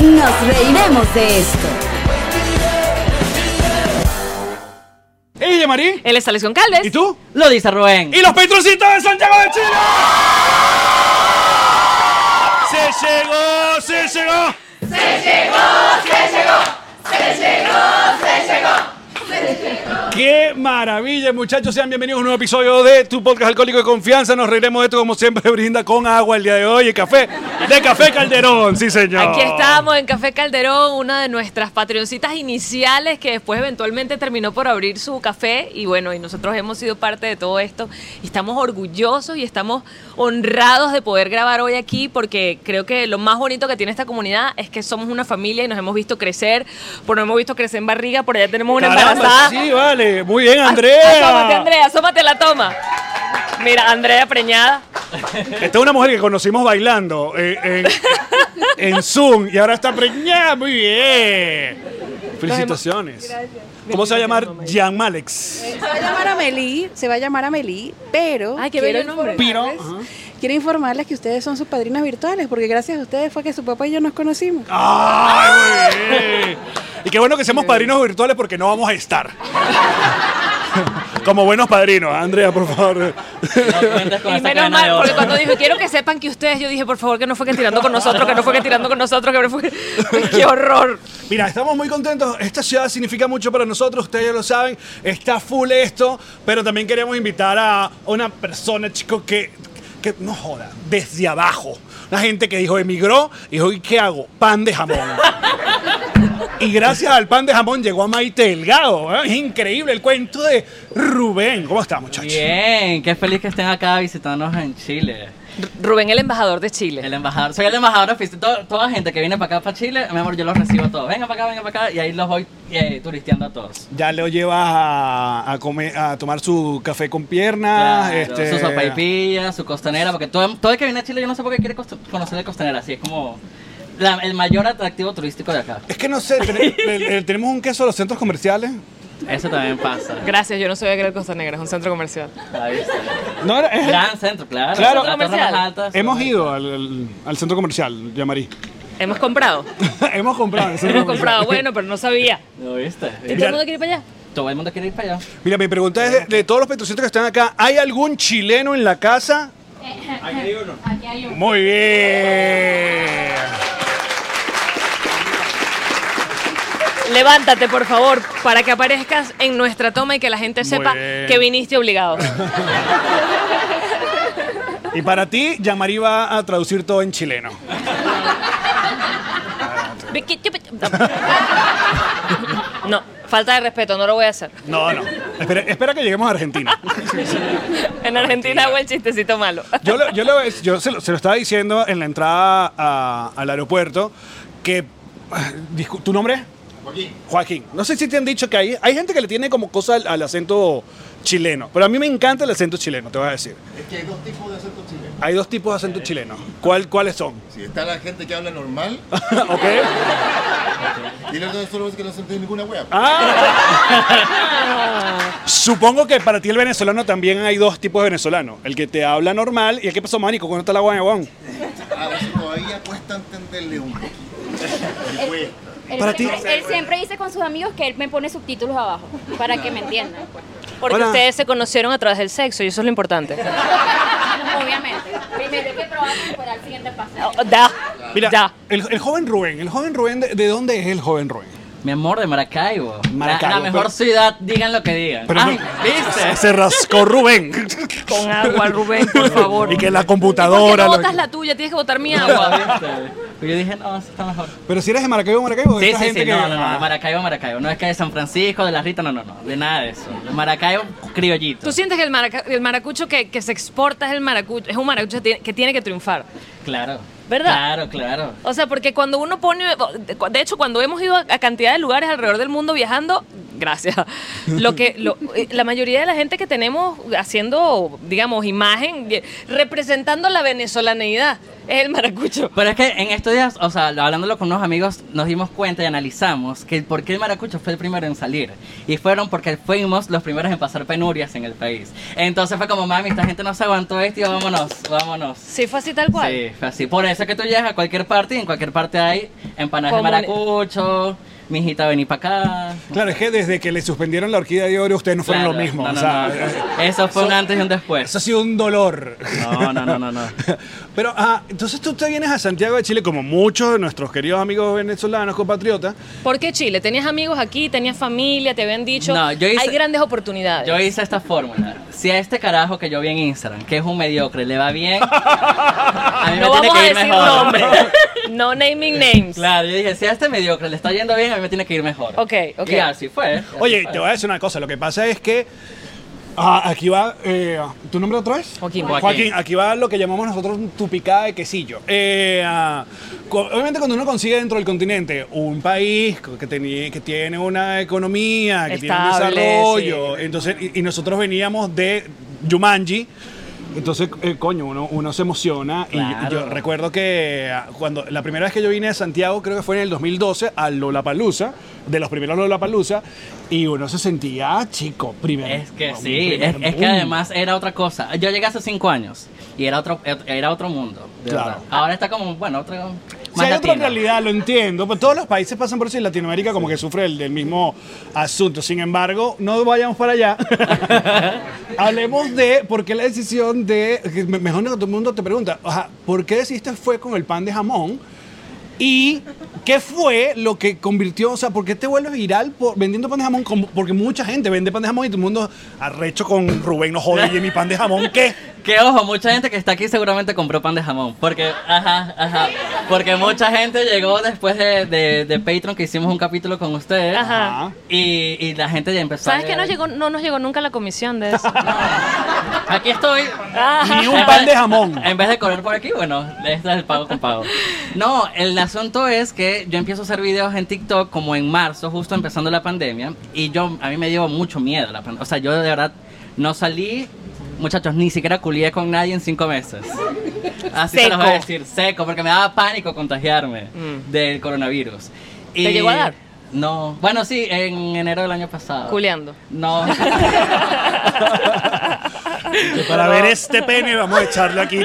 Nos reiremos de esto. Ella, Marí. Él es Alexion Calves. ¿Y tú? Lo dice Rubén. Y los Petrocitos de Santiago de Chile. Se llegó, se llegó. ¡Qué maravilla, muchachos! Sean bienvenidos a un nuevo episodio de Tu Podcast Alcohólico de Confianza. Nos reiremos de esto, como siempre, brinda con agua el día de hoy y café. De Café Calderón, sí, señor. Aquí estábamos en Café Calderón, una de nuestras patrioncitas iniciales que después eventualmente terminó por abrir su café y bueno, y nosotros hemos sido parte de todo esto y estamos orgullosos y estamos honrados de poder grabar hoy aquí porque creo que lo más bonito que tiene esta comunidad es que somos una familia y nos hemos visto crecer, por nos hemos visto crecer en barriga, por allá tenemos una Caramba, embarazada. Ah, Sí, vale. Muy bien, As- Asómate, Andrea. Andrea, asómate a la toma. Mira, Andrea preñada. Esta es una mujer que conocimos bailando eh, en, en Zoom y ahora está preñada. Muy bien. Felicitaciones. ¿Cómo se va a llamar? Jan Malex. Se va a llamar Amelie, se va a llamar Amelie, pero Ay, qué quiero, bello nombre. informarles, quiero informarles que ustedes son sus padrinas virtuales, porque gracias a ustedes fue que su papá y yo nos conocimos. ¡Ay, muy bien! Y qué bueno que seamos padrinos virtuales porque no vamos a estar. Como buenos padrinos, Andrea, por favor. No cuentes con Y menos esa cadena de mal, oro. porque cuando dijo, quiero que sepan que ustedes, yo dije, por favor, que no fue que tirando con nosotros, que no fue que tirando con nosotros, que no fue. Ay, ¡Qué horror! Mira, estamos muy contentos. Esta ciudad significa mucho para nosotros, ustedes ya lo saben. Está full esto, pero también queremos invitar a una persona, chicos, que, que no joda, desde abajo. Una gente que dijo, emigró, y dijo, ¿y qué hago? Pan de jamón. Y gracias al pan de jamón llegó a Maite Delgado. ¿eh? Es increíble el cuento de Rubén. ¿Cómo está, muchachos? Bien, qué feliz que estén acá visitándonos en Chile. R- Rubén, el embajador de Chile. El embajador, soy el embajador oficial. Toda, toda gente que viene para acá, para Chile, mi amor, yo los recibo a todos. Venga para acá, venga para acá, y ahí los voy eh, turisteando a todos. Ya lo llevas a, a comer, a tomar su café con piernas. Claro, este, Su sopaipilla, su costanera, porque todo, todo el que viene a Chile, yo no sé por qué quiere costa- conocer la costanera, así es como la- el mayor atractivo turístico de acá. Es que no sé, ten- el- el- tenemos un queso de los centros comerciales. Eso también pasa. Gracias, yo no sabía que era el Costa Negra, es un centro comercial. Ahí está. No, era- es- Gran centro, claro. Claro. Las torres Comercial. más altas. hemos ido al, al- al centro comercial, Yamarí. Hemos comprado. hemos comprado. en el centro Hemos comercial. comprado, bueno, pero no sabía. ¿Lo viste? ¿Y todo el mundo quiere ir para allá? Todo el mundo quiere ir para allá. Mira, mi pregunta es: de, de todos los petrocitos que están acá, ¿hay algún chileno en la casa? Aquí hay uno. Muy bien. Levántate, por favor, para que aparezcas en nuestra toma y que la gente sepa bien. que viniste obligado. Y para ti, Yamari va a traducir todo en chileno. No, falta de respeto, no lo voy a hacer. No, no. Espera, espera que lleguemos a Argentina. En Argentina hago el chistecito malo. Yo, lo- yo, lo- yo se, lo, se lo estaba diciendo en la entrada a- al aeropuerto que. discu- ¿Tu nombre? Joaquín. Joaquín. No sé si te han dicho que hay, hay gente que le tiene como cosa al, al acento chileno, pero a mí me encanta el acento chileno, te voy a decir. Es que hay dos tipos de acento chileno. Hay dos tipos de acento chileno. ¿Cuál, ¿Cuáles son? Si está la gente que habla normal ¿Ok? y los venezolanos que no se entiende ninguna wea. Ah. Supongo que para ti el venezolano también hay dos tipos de venezolanos. El que te habla normal y el que pasó manico cuando está la guayaguán. A veces todavía cuesta entenderle un poquito. Le cuesta. Él, Para ti- él, él siempre dice con sus amigos que él me pone subtítulos abajo para que me entiendan, Porque Hola. ustedes se conocieron a través del sexo y eso es lo importante. obviamente. Primero hay que probamos para el siguiente paso. Oh, Da. Mira, Da. el, el joven Rubén, el joven Rubén, ¿de, de dónde es el joven Rubén? Mi amor, de Maracaibo. La- Maracaibo, La, mejor pero- ciudad, digan lo que digan. Pero Ay, no- ¿viste? Se rascó Rubén. Con agua, Rubén, por favor. Y que la ¿Por qué computadora. no lo- botas la tuya? Tienes que botar mi agua. Pero yo dije, no, eso está mejor. Pero si eres de Maracaibo, Maracaibo. Sí, esta sí, gente sí, que- no, no, no, de Ah. Maracaibo, Maracaibo. No es que de San Francisco, de la Rita, no, no, no, de nada de eso. De Maracaibo, criollito. ¿Tú sientes que el, maraca- el maracucho que, que se exporta es el maracucho, es un maracucho que tiene- que tiene que triunfar? Claro. ¿Verdad? Claro, claro. O sea, porque cuando uno pone, de hecho, cuando hemos ido a a cantidad de lugares alrededor del mundo viajando, gracias. Lo que lo- eh, la mayoría de la gente que tenemos haciendo, digamos, imagen de- representando la venezolanidad es el maracucho. Pero es que en estos días, o sea, hablándolo con unos amigos, nos dimos cuenta y analizamos que el por qué el maracucho fue el primero en salir. Y fueron porque fuimos los primeros en pasar penurias en el país. Entonces fue como, mami, esta gente no se aguantó esto y vámonos, vámonos. Sí, fue así tal cual. Sí, fue así. Por eso es que tú llegas a cualquier parte y en cualquier parte hay empanadas de Como- maracucho, mi hijita vení para acá. Claro, es que desde que le suspendieron la orquídea de oro, ustedes no fueron Claro, lo mismo. no, no, o sea, no. Eso fue un antes y un después. Eso ha sido un dolor. No, no, no, no, no. Pero, ah, entonces tú te vienes a Santiago de Chile, como muchos de nuestros queridos amigos venezolanos, compatriotas. ¿Por qué Chile? ¿Tenías amigos aquí? ¿Tenías familia? ¿Te habían dicho? No, yo hice- Hay grandes oportunidades. Yo hice esta fórmula. Si a este carajo que yo vi en Instagram, que es un mediocre, le va bien, a mí no me tiene vamos a que ir decir mejor. nombres. No naming names. Claro, yo dije, si a este mediocre le está yendo bien, a mí me tiene que ir mejor. Ok, ok. Y así fue. así Oye, fue. te voy a decir una cosa. Lo que pasa es que. ah, aquí va. eh, ¿Tu nombre otra vez? Joaquín. Joaquín. aquí va lo que llamamos nosotros tu picada de quesillo. Eh, ah, cu- obviamente, cuando uno consigue dentro del continente un país co- que, teni- que tiene una economía, que Estable, tiene un desarrollo, entonces, y, y nosotros veníamos de Yumanji. Entonces, eh, coño, uno, uno se emociona. y- Y yo Claro. recuerdo que ah, cuando la primera vez que yo vine a Santiago, creo que fue en el 2012, a Lollapalooza, de los primeros Lollapalooza, y uno se sentía ah, chico, primero. Es que sí, es, es que además era otra cosa. Yo llegué hace cinco años y era otro, era otro mundo. de Claro. verdad. Ahora está como, bueno, otro. Más Si hay otra latino. realidad, lo entiendo, pero todos los países pasan por eso y Latinoamérica como que sufre el, del mismo asunto. Sin embargo, no vayamos para allá. Hablemos de por qué la decisión de, que me- mejor no que todo el mundo te pregunta, o sea, ¿por qué decidiste fue con el pan de jamón? ¿Y qué fue lo que convirtió, o sea, por qué te vuelves viral por, vendiendo pan de jamón? Como- porque mucha gente vende pan de jamón y todo el mundo arrecho con Rubén, no jode, y mi pan de jamón, ¿qué? Que ojo, mucha gente que está aquí seguramente compró pan de jamón. Porque, ajá, ajá. Porque mucha gente llegó después de, de, de Patreon que hicimos un capítulo con ustedes. Ajá. Ah, Y, y la gente ya empezó ¿Sabes a que no, llegar. llegó, no nos llegó nunca la comisión de eso? Aquí estoy. Ni un pan de jamón. Ah. En vez de correr por aquí, bueno, este es el pago con pago. No, el asunto es que yo empiezo a hacer videos en TikTok como en marzo, justo empezando la pandemia, y yo a mí me dio mucho miedo la pandemia. O sea, yo de verdad no salí, muchachos, ni siquiera culié con nadie en cinco meses. Así se los Seco. voy a Mm. decir, seco, porque me daba pánico contagiarme del coronavirus. Y- ¿Te llegó a dar? No. Bueno, sí, en enero del año pasado. Culeando. No. que para ver este pene vamos a echarle aquí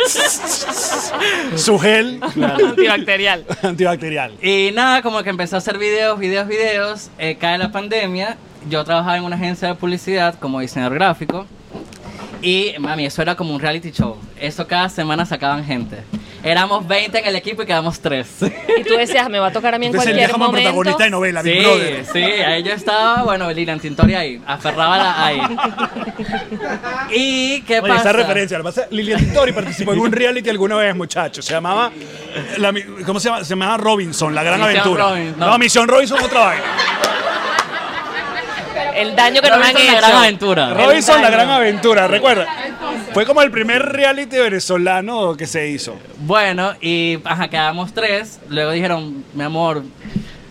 su gel. Antibacterial. antibacterial. Y nada, como que empecé a hacer videos, videos, videos. eh, cae la pandemia. Yo trabajaba en una agencia de publicidad como diseñador gráfico. Y mami, eso era como un reality show. Eso cada semana sacaban gente. Éramos 20 en el equipo y quedamos 3. Y tú decías, me va a tocar a mí en Entonces el cualquier como protagonista de novela, momento. Big sí, Brother. sí, ahí yo estaba, bueno, Lilian Tintori ahí, aferraba la ahí. ¿Y qué Oye, pasa? esa referencia, lo que pasa es que Lilian Tintori participó en un reality alguna vez, muchachos. Se llamaba, la mi- ¿cómo se llama? Se llamaba Robinson, la gran Misión aventura. Robinson, no. no. Misión Robinson otra vaina. El daño que nos han Robinson, la hecho. gran aventura. Robinson, la daño. gran aventura, recuerda. Fue como el primer reality venezolano que se hizo. Bueno, y ajá, quedamos tres. Luego dijeron, mi amor,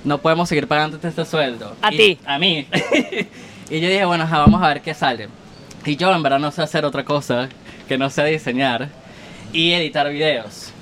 no podemos seguir pagándote este sueldo. A Y- ti. A mí. y yo dije, bueno, ajá, vamos a ver qué sale. Y yo en verdad no sé hacer otra cosa que no sea diseñar y editar videos.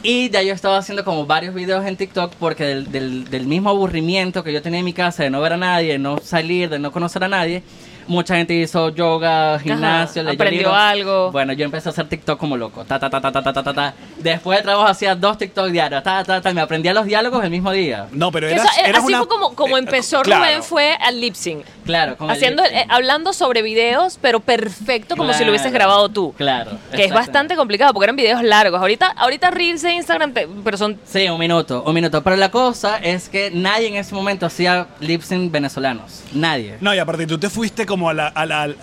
Y ya yo estaba haciendo como varios videos en TikTok porque del, del- del mismo aburrimiento que yo tenía en mi casa de no ver a nadie, de no salir, de no conocer a nadie, mucha gente hizo yoga, gimnasio, leyó aprendió libros. algo. Bueno, yo empecé a hacer TikTok como loco. Ta, ta, ta, ta, ta, ta, ta, ta, ta. Después de trabajo hacía dos TikTok diarios. Ta, ta, ta. Me aprendía los diálogos el mismo día. No, pero Que era, eso, eh, era así una- fue como, como eh, empezó claro. Rubén, fue al lip sync. Claro, con el Haciendo, lip sync. eh, hablando sobre videos, pero perfecto como si lo hubieses Claro, grabado tú. Claro. Que es exactamente. bastante complicado porque eran videos largos. Ahorita, ahorita Reels de Instagram, te- pero son Sí, un minuto, un minuto. Pero la cosa es que nadie en ese momento hacía lip sync venezolanos. Nadie. No, y aparte tú te fuiste como a la, a la-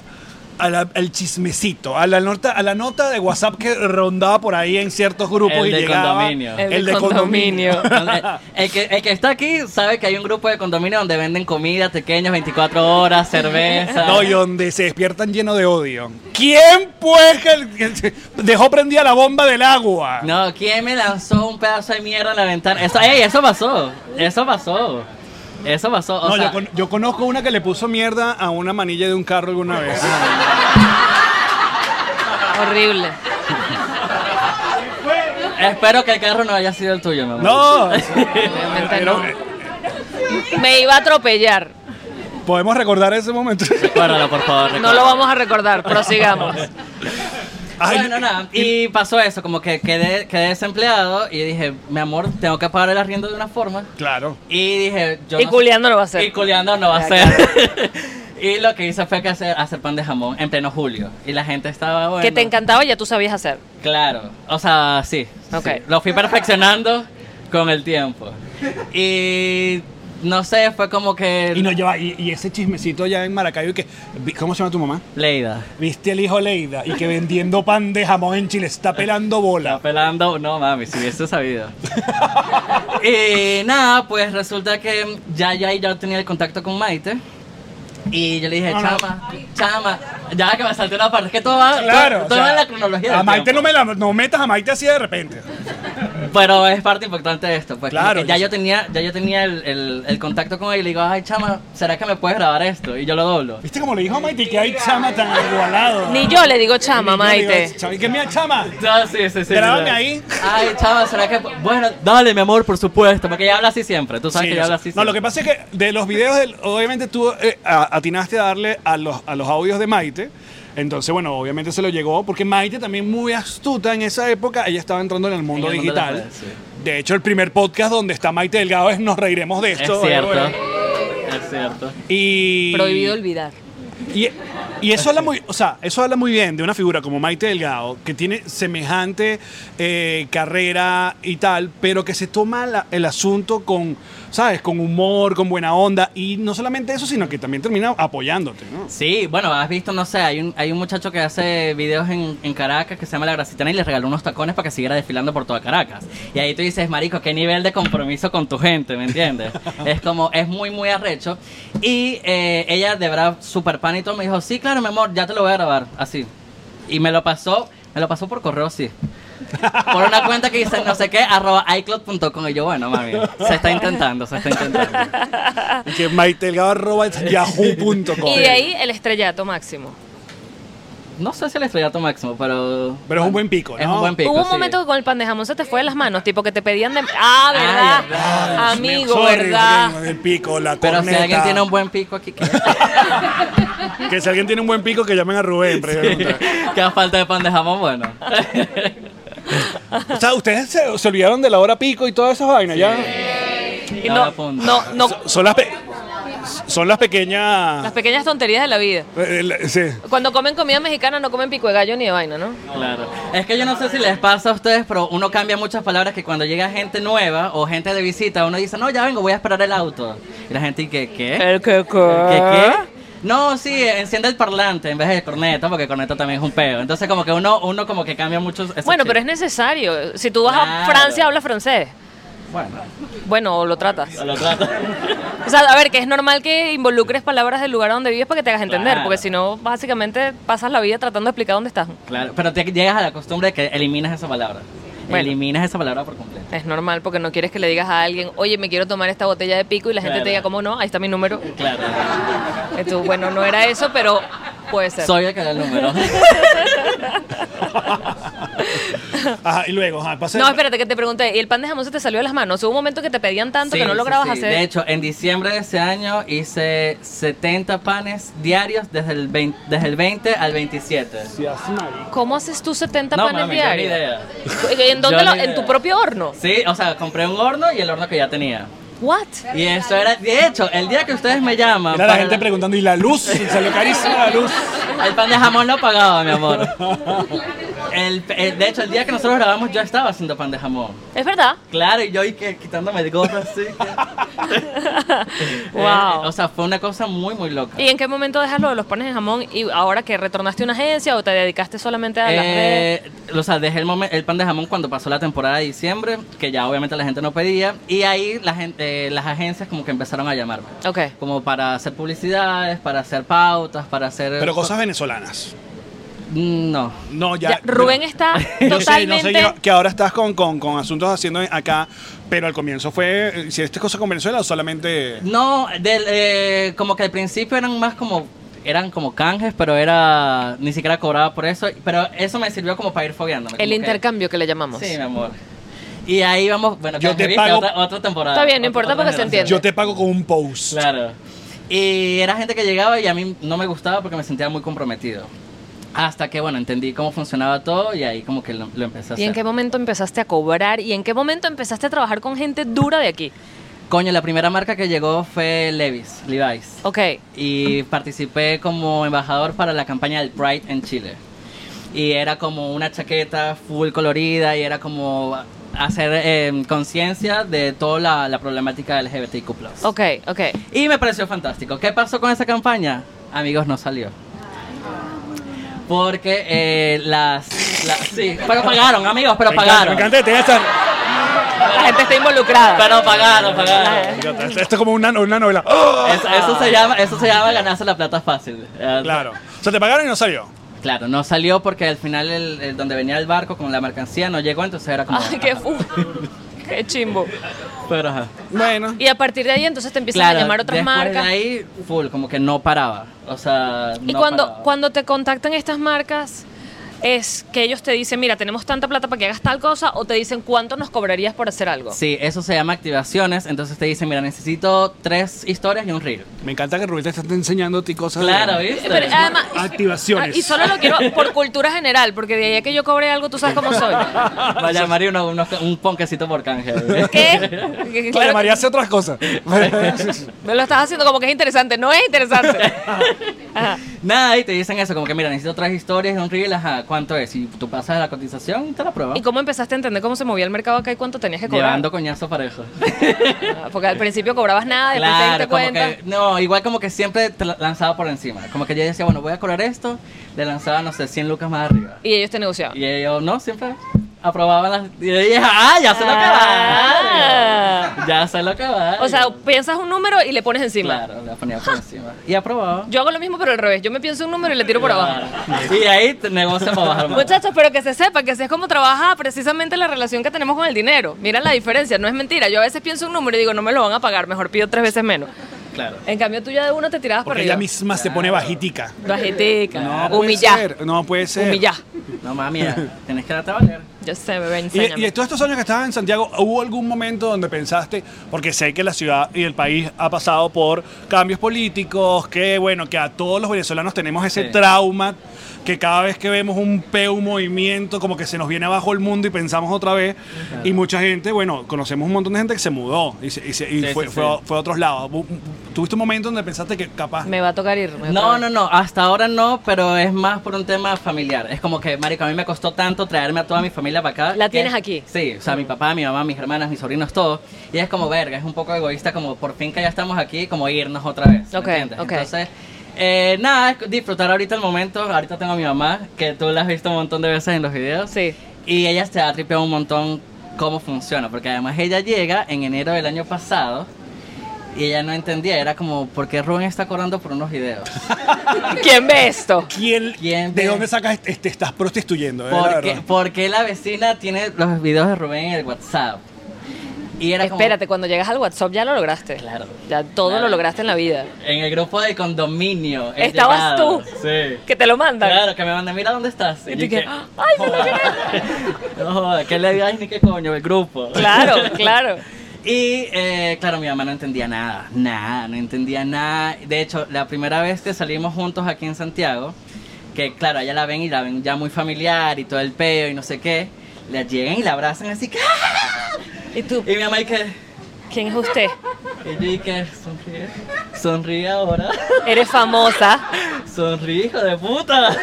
a la- al chismecito, a la, nota, a la nota de WhatsApp que rondaba por ahí en ciertos grupos El y del llegaba. condominio. El del condominio. el, que, el que está aquí sabe que hay un grupo de condominio donde venden comida, pequeños, 24 horas, cerveza. No, y donde se despiertan lleno de odio. ¿Quién pues que- que dejó prendida la bomba del agua? No, ¿quién me lanzó un pedazo de mierda en la ventana? Eso, ey, eso pasó. Eso pasó. Eso pasó. O No, sea, yo, con- yo conozco una que le puso mierda a una manilla de un carro alguna vez. Horrible. Espero que el carro no haya sido el tuyo, mi amor. No, Obviamente Pero, eh, no. Me iba a atropellar. podemos recordar ese momento. Recuérdalo, por favor. No recuérdalo. lo vamos a recordar, prosigamos. Ay, bueno, nada. Y pasó eso, como que quedé, quedé desempleado y dije, mi amor, tengo que pagar el arriendo de una forma. Claro. Y dije, yo. Y no- culiando lo va a Y hacer. culiando no va a ser. y lo que hice fue que hacer, hacer pan de jamón en pleno julio. Y la gente estaba bueno. Que te encantaba y ya tú sabías hacer. Claro, o sea, sí. sí. Ok. Lo fui perfeccionando con el tiempo. Y no sé, fue como que... Y, no, lleva- y, y ese chismecito ya en Maracaibo que, vi- ¿cómo se llama tu mamá? Leida. Viste al hijo Leida y que vendiendo pan de jamón en Chile está pelando bola. Pelando, no mami, si hubiese sabido. y nada, pues resulta que ya ya ya tenía el contacto con Maite. Y yo le dije, No, no. chama, chama, ya que me salté una parte, es que todo va, Claro. o todo, sea, va en la cronología. A del Maite tiempo. no me la, no metas a Maite así de repente. Pero es parte importante de esto, pues como Claro, que ya yo yo tenía, ya yo tenía el, el- el contacto con él y le digo, ay chama, ¿será que me puedes grabar esto? Y yo lo doblo. ¿Viste cómo le dijo a Maite que hay chama tan igualado? Ni yo le digo chama, Ni yo le digo, Maite. "Chama", Y que mía chama. No, Ah, sí, sí, sí. Grábame sí. ahí. Ay, chama, ¿será que...? pu- Bueno, dale, mi amor, por supuesto, porque ella habla así siempre. Tú sabes Sí, que yo ella habla sé. así no, siempre. lo que pasa es que de los videos, del- obviamente tú eh, a- atinaste a darle a los, a los audios de Maite. Entonces, bueno, obviamente se lo llegó, porque Maite también muy astuta en esa época, ella estaba entrando en el mundo En el mundo de las digital. de, redes, sí. hecho, el primer podcast donde está Maite Delgado es Nos Reiremos de Es esto. cierto, Bueno, es cierto. Y, Prohibido olvidar. y, e, y eso habla muy, o sea, eso habla muy bien de una figura como Maite Delgado, que tiene semejante eh, carrera y tal, pero que se toma la- el asunto con, ¿sabes? Con humor, con buena onda. Y no solamente eso, sino que también termina apoyándote, ¿no? Sí, bueno, has visto, no sé, hay un, hay un muchacho que hace videos en, en Caracas que se llama La Gracitana y le regaló unos tacones para que siguiera desfilando por toda Caracas. Y ahí tú dices, marico, qué nivel de compromiso con tu gente, ¿me entiendes? es como, es muy, muy arrecho. Y eh, ella, de verdad, super pan y todo, me dijo, sí, claro, mi amor, ya te lo voy a grabar, así. Y me lo pasó, me lo pasó por correo, sí. Por una cuenta que dice no sé qué, arroba iCloud.com. Y yo, bueno, mami, se está intentando, se está intentando. Que Maite Delgado arroba yahoo.com. Ah. Y de ahí el estrellato máximo. No sé si el estrellato máximo, pero. Pero es un buen pico, Es ¿no? un buen pico. Hubo un sí. momento que con el pan de jamón se te fue de las manos, tipo que te pedían de... Ah, ¿verdad? Ay, verdad. Amigo, Sorry, ¿verdad? porque El pico, la Pero si corneta. alguien tiene un buen pico aquí, que, Que si alguien tiene un buen pico, que llamen a Rubén. pregunta. que a falta de pan de jamón, bueno. O sea, ustedes se, se olvidaron de la hora pico y todas esas vainas, ¿ya? Y Estaba no, a punto. no, no, Son las, pe- son las pequeñas. las pequeñas tonterías de la vida. Eh, la- sí. Cuando comen comida mexicana no comen pico de gallo ni de vaina, ¿no? Claro. Es que yo no sé si les pasa a ustedes, pero uno cambia muchas palabras que cuando llega gente nueva o gente de visita, uno dice, no, ya vengo, voy a esperar el auto. Y la gente, ¿qué? ¿Qué? El que ¿Qué? qué? No, sí, enciende el parlante en vez de corneta, porque corneta también es un peo. Entonces como que uno, uno como que cambia mucho. Bueno, pero es necesario. Si tú vas a Claro. Francia, hablas francés. Bueno, Bueno, o lo tratas. lo trato. O sea, a ver, que es normal que involucres palabras del lugar donde vives para que te hagas entender, Claro. porque si no, básicamente pasas la vida tratando de explicar dónde estás. Claro, pero te llegas a la costumbre de que eliminas esa palabra. Bueno. Eliminas esa palabra por completo. Es normal porque no quieres que le digas a alguien, oye, me quiero tomar esta botella de pico y la gente te Claro. diga, ¿cómo no? Ahí está mi número. Claro. Y tú, bueno, no era eso, pero puede ser. Soy el que da el número. Ajá, y luego, ajá, pasa- No, espérate, que te pregunté, ¿y el pan de jamón se te salió de las manos? Hubo un momento que te pedían tanto que Sí, no sí, lograbas sí. hacer. De hecho, en diciembre de ese año hice 70 panes diarios desde el 20, desde el 20 al 27. ¿Cómo haces tú 70 No, panes mami, yo ni diarios? idea. ¿En dónde Yo lo- ni ¿En idea. tu propio horno? Sí, o sea, compré un horno y el horno que ya tenía. ¿What? Y eso era, de hecho, el día que ustedes me llaman, Mira, la para- gente preguntando, ¿y la luz? Salió carísima la luz. el pan de jamón lo pagaba, mi amor. El- el- de hecho, el día que nosotros grabamos yo estaba haciendo pan de jamón. Es verdad. Claro, y yo ahí que, quitándome el gorro así. que- Wow. Eh, o sea, fue una cosa muy, muy loca. ¿Y en qué momento dejas lo de los panes de jamón? ¿Y ahora que retornaste a una agencia o te dedicaste solamente a las redes? Eh, o sea, dejé el, momen- el pan de jamón cuando pasó la temporada de diciembre, que ya obviamente la gente no pedía, y ahí la gente, eh, las agencias como que empezaron a llamarme. Ok. Como para hacer publicidades, para hacer pautas, para hacer... Pero cosas venezolanas. No. No, ya. Ya, Rubén está Yo sé, no sé, totalmente. yo- que ahora estás con, con, con asuntos haciendo acá, pero al comienzo fue, si esta cosa con Venezuela o solamente... No, del, eh, como que al principio eran más como eran como canjes, pero era ni siquiera cobraba por eso, pero eso me sirvió como para ir fogueándome. El como que- intercambio que le llamamos. Sí, mi amor. Y ahí vamos, bueno, Yo canje, te ¿viste? pago- otra, otra temporada. Está bien, no otra- importa otra porque se generación. entiende. Yo te pago con un post. Claro. Y era gente que llegaba y a mí no me gustaba porque me sentía muy comprometido. Hasta que, bueno, entendí cómo funcionaba todo y ahí como que lo, lo empecé a ¿Y en qué hacer. momento empezaste a cobrar? ¿Y en qué momento empezaste a trabajar con gente dura de aquí? Coño, la primera marca que llegó fue Levi's, Levi's. Ok. Y participé como embajador para la campaña del Pride en Chile. Y era como una chaqueta full colorida y era como hacer eh, conciencia de toda la, la problemática LGBTQ+. Ok, ok. Y me pareció fantástico. ¿Qué pasó con esa campaña? Amigos, no salió. Porque eh, las, las- Sí, pero pagaron, amigos, pero Me encanta, pagaron. me encanta que tengas tan- La gente está involucrada. Pero pagaron, pagaron. Esto- Esto es como una, una novela. ¡Oh! Eso, eso se llama, eso se llama ganarse la plata fácil. Eh, Claro. O sea, te pagaron y no salió. Claro, no salió porque al final el, el donde venía el barco con la mercancía no llegó, entonces era como. Ay, qué ajá. fu. Qué chimbo. Pero ajá. Bueno. Y a partir de ahí entonces te empiezan Claro, a llamar otras después marcas. De ahí, full, como que no paraba. O sea. Y no cuando, paraba. cuando te contactan estas marcas, es que ellos te dicen, mira, tenemos tanta plata para que hagas tal cosa, o te dicen cuánto nos cobrarías por hacer algo. Sí, eso se llama activaciones. Entonces te dicen, mira, necesito tres historias y un reel. Me encanta que Rubén te esté enseñando a ti cosas. de- Claro, ¿viste? Pero además, Activaciones. Ah, y solo lo quiero por cultura general, porque de ahí a que yo cobré algo, tú sabes cómo soy. ah, Va a llamar y uno- unos- un ponquecito por canje. ¿Qué? Claro, María Claro, hace otras cosas. me lo estás haciendo como que es interesante. No es interesante. Ajá. Nada, y te dicen eso, como que mira, necesito tres historias y un reel, ajá, ¿cuánto es? Y tú pasas la cotización y te la pruebas. ¿Y cómo empezaste a entender cómo se movía el mercado acá y cuánto tenías que cobrar? Llevando coñazo parejos. Ah, Porque al principio cobrabas nada, después te diste como cuenta. que, no, igual como que siempre te la- lanzaba por encima. Como que yo decía, bueno, voy a cobrar esto, le lanzaba, no sé, 100 lucas más arriba. Y ellos te negociaban. Y ellos, no, siempre aprobaban las... Y yo dije, ah, ya se lo acabaron. Ah. Ya se lo acabaron. O sea, piensas un número y le pones encima. Claro, la ponía por encima. Y aprobaba. Yo hago lo mismo, pero al revés. Yo me pienso un número y le tiro por abajo. Y ahí te negocia para bajar más. Muchachos, pero que se sepa que así es como trabaja precisamente la relación que tenemos con el dinero. Mira la diferencia, no es mentira. Yo a veces pienso un número y digo, no me lo van a pagar, mejor pido tres veces menos. Claro. En cambio, tú ya de uno te tirabas Porque para ella arriba. misma se pone bajitica. Bajitica, No puede humillar, ser, No puede ser. humillar. No, mami, ya, tenés que darte a valer. Yo sé, bebé, Y, y enséñame. de todos estos años que estabas en Santiago, ¿hubo algún momento donde pensaste, porque sé que la ciudad y el país ha pasado por cambios políticos, que bueno, que a todos los venezolanos tenemos ese Sí. trauma, que cada vez que vemos un peo, un movimiento, como que se nos viene abajo el mundo y pensamos otra vez, y mucha gente, bueno, conocemos un montón de gente que se mudó y, se- y se- y Sí, fue, sí, fue sí. a- fue a otros lados. Bu- bu- ¿Tuviste un momento donde pensaste que capaz... Me va a tocar irme. No, no, no, hasta ahora no, pero es más por un tema familiar. Es como que, marico, a mí me costó tanto traerme a toda mi familia para acá. ¿La que- tienes aquí? Sí, o sea, mi papá, mi mamá, mis hermanas, mis sobrinos, todos. Y es como, verga, es un poco egoísta como por fin que ya estamos aquí, como irnos otra vez. ¿me Ok, entiendes? ok. Entonces, eh, nada, es disfrutar ahorita el momento. Ahorita tengo a mi mamá, que tú la has visto un montón de veces en los videos. Sí. Y ella se ha tripeado un montón cómo funciona, porque además ella llega en enero del año pasado y ella no entendía, era como, ¿por qué Rubén está cobrando por unos videos? ¿Quién ve esto? ¿Quién, ¿Quién ¿De ve? dónde sacas? Te te estás prostituyendo, eh, la ¿Por qué, verdad. por qué la vecina tiene los videos de Rubén en el WhatsApp? Y era como- Espérate, cuando llegas al WhatsApp ya lo lograste. Claro. Ya todo Claro. lo lograste en la vida. En el grupo de condominio. he Estabas llegado. tú. Sí. Que te lo mandan. Claro, que me mandan, mira dónde estás. Y yo tú que, dije, ay, me lo No joda, ¿qué le digas ni qué coño? El grupo. Claro, claro. Y eh, claro, mi mamá no entendía nada, nada, no entendía nada. De hecho, la primera vez que salimos juntos aquí en Santiago, que claro, allá la ven y la ven ya muy familiar y todo el peo y no sé qué, la llegan y la abrazan así que... ¡ah! ¿Y tú? Y mi mamá y que... ¿Quién es usted? Y yo y que... Sonríe, sonríe ahora. Eres famosa. Sonríe, hijo de puta.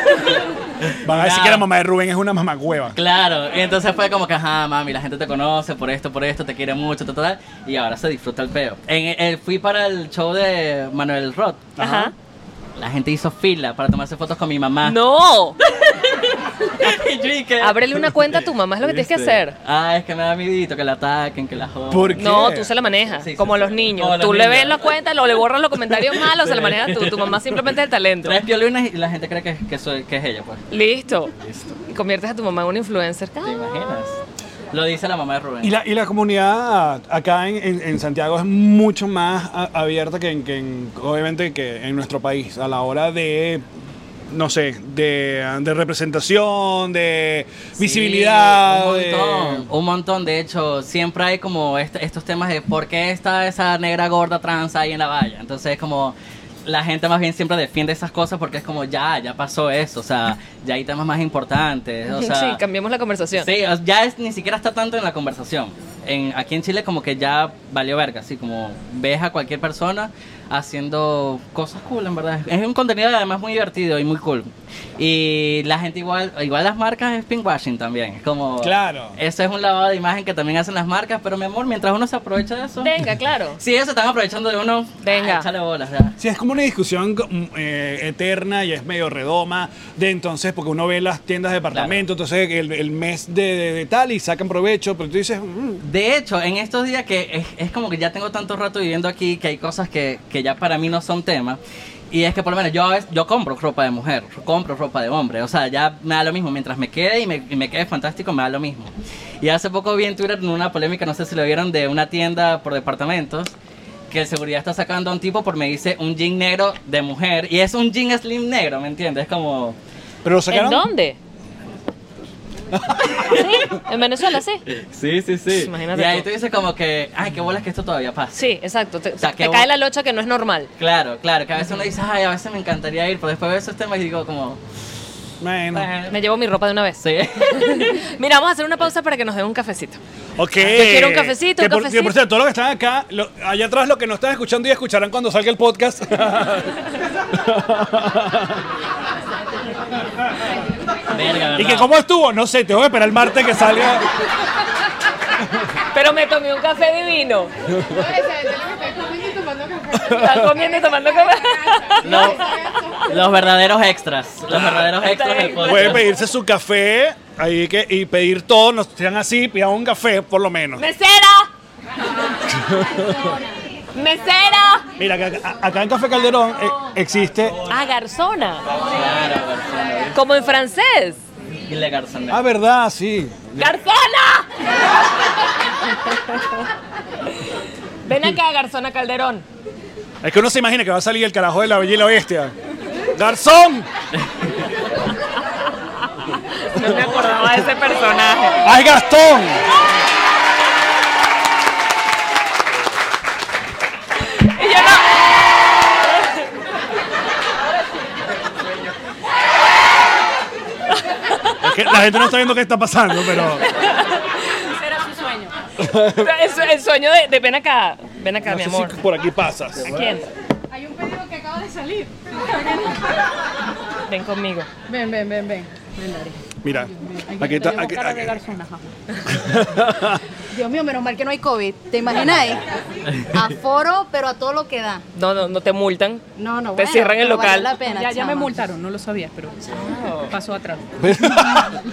Van a decir Nada. que la mamá de Rubén es una mamá hueva. Claro, y entonces fue como que, ajá, mami, la gente te conoce por esto, por esto, te quiere mucho, tal, tal, tal, y ahora se disfruta el peo. En, en- fui para el show de Manuel Roth. Ajá. Ah. La gente hizo fila para tomarse fotos con mi mamá. No. Y yo dije, Ábrele una cuenta a tu mamá, es lo que tienes que ¿viste? hacer. Ah, es que me da miedito que la ataquen, que la jodan. Este. ¿Por qué? No, tú se la manejas, Sí, sí, como sí. los niños. Como los tú le niños. ves la cuenta, lo, le borras los comentarios malos, se la Sí. manejas tú. Tu mamá simplemente es el talento. Tres violines y la gente cree que, que, soy, que es ella, pues. Listo. Listo. Y conviertes a tu mamá en una influencer. ¿Te imaginas? Lo dice la mamá de Rubén. Y la, y la comunidad acá en, en- en Santiago es mucho más a- abierta que en, que en- obviamente que en nuestro país a la hora de no sé, de, de representación, de Sí, visibilidad. eh. un de- montón, un montón. De hecho, siempre hay como est- estos temas de por qué está esa negra gorda trans ahí en la valla. Entonces, es como la gente más bien siempre defiende esas cosas porque es como ya, ya pasó eso. O sea, ya hay temas más importantes. O sea, sí, cambiamos la conversación. Sí, o- ya es, ni siquiera está tanto en la conversación. En, aquí en Chile como que ya valió verga, así como ves a cualquier persona haciendo cosas cool, en verdad. Es un contenido además muy divertido y muy cool. Y la gente igual, igual las marcas es pinkwashing también, es como... Claro. Eso es un lavado de imagen que también hacen las marcas, pero mi amor, mientras uno se aprovecha de eso... Venga, claro. Si ellos se están aprovechando de uno, Venga. ay, échale bolas, ya. Sí, es como una discusión mm, eh, eterna y es medio redoma de entonces, porque uno ve las tiendas de departamento, entonces el, el mes de, de- de tal y sacan provecho, pero tú dices, mm, De hecho, en estos días que es, es como que ya tengo tanto rato viviendo aquí que hay cosas que, que ya para mí no son tema. Y es que por lo menos yo, a veces- yo compro ropa de mujer, compro ropa de hombre. O sea, ya me da lo mismo. Mientras me quede y me, y me quede fantástico, me da lo mismo. Y hace poco vi en Twitter una polémica, no sé si lo vieron, de una tienda por departamentos. Que el seguridad está sacando a un tipo por me dice un jean negro de mujer. Y es un jean slim negro, ¿me entiendes? Es como... pero lo ¿En sacaron. dónde? sí, en Venezuela, sí. Sí, sí, sí. Imagínate y ahí tú. tú dices como que... Ay, qué bolas que esto todavía pasa. Sí, exacto. Te, sea, te que cae vos- la locha que no es normal. Claro, claro, que a veces uno dice, ay, a veces me encantaría ir, pero después veo esos temas y digo como, Bueno. Me llevo mi ropa de una vez. sí. Mira, vamos a hacer una pausa para que nos den un cafecito. Ok. Yo quiero un cafecito, Que un por, cafecito. que por cierto, todos los que están acá, lo- allá atrás, lo que no están escuchando y escucharán cuando salga el podcast. Verga, ¿verdad? y que cómo estuvo, no sé, te voy a esperar el martes que salga. Pero me tomé un café divino. Están comiendo y tomando café. Los, los verdaderos extras, los verdaderos extras del podcast. Pueden pedirse su café ahí que, y pedir todo, no sean así, pidan un café por lo menos. ¡Mesera! ¡Mesera! Mira, acá, acá en Café Calderón eh, existe. Ah, garzona. Claro, garzón. Como en francés. Y le garzón. Ah, verdad, sí. ¡Garzona! Ven acá, garzona Calderón. Es que uno se imagina que va a salir el carajo de la bella y la bestia. ¡Garzón! No me acordaba de ese personaje. ¡Ay, Gastón! Y yo no. Es que la gente no está viendo qué está pasando, pero. Era su sueño. El, sue- el sueño de, de ven acá. Ven acá, No mi sé amor. si por aquí pasas. Aquí entra. Hay un pedido que acaba de salir. Ven conmigo. Ven, ven, ven, ven. Mira, aquí está. Aquí, aquí- Dios mío, menos mal que no hay COVID. ¿Te imagináis? Aforo, pero a todo lo que da. No, no, no te multan. No, no, Te bueno, cierran el pero valió local. la pena, Ya, ya me chama. multaron, no lo sabías, pero pasó atrás.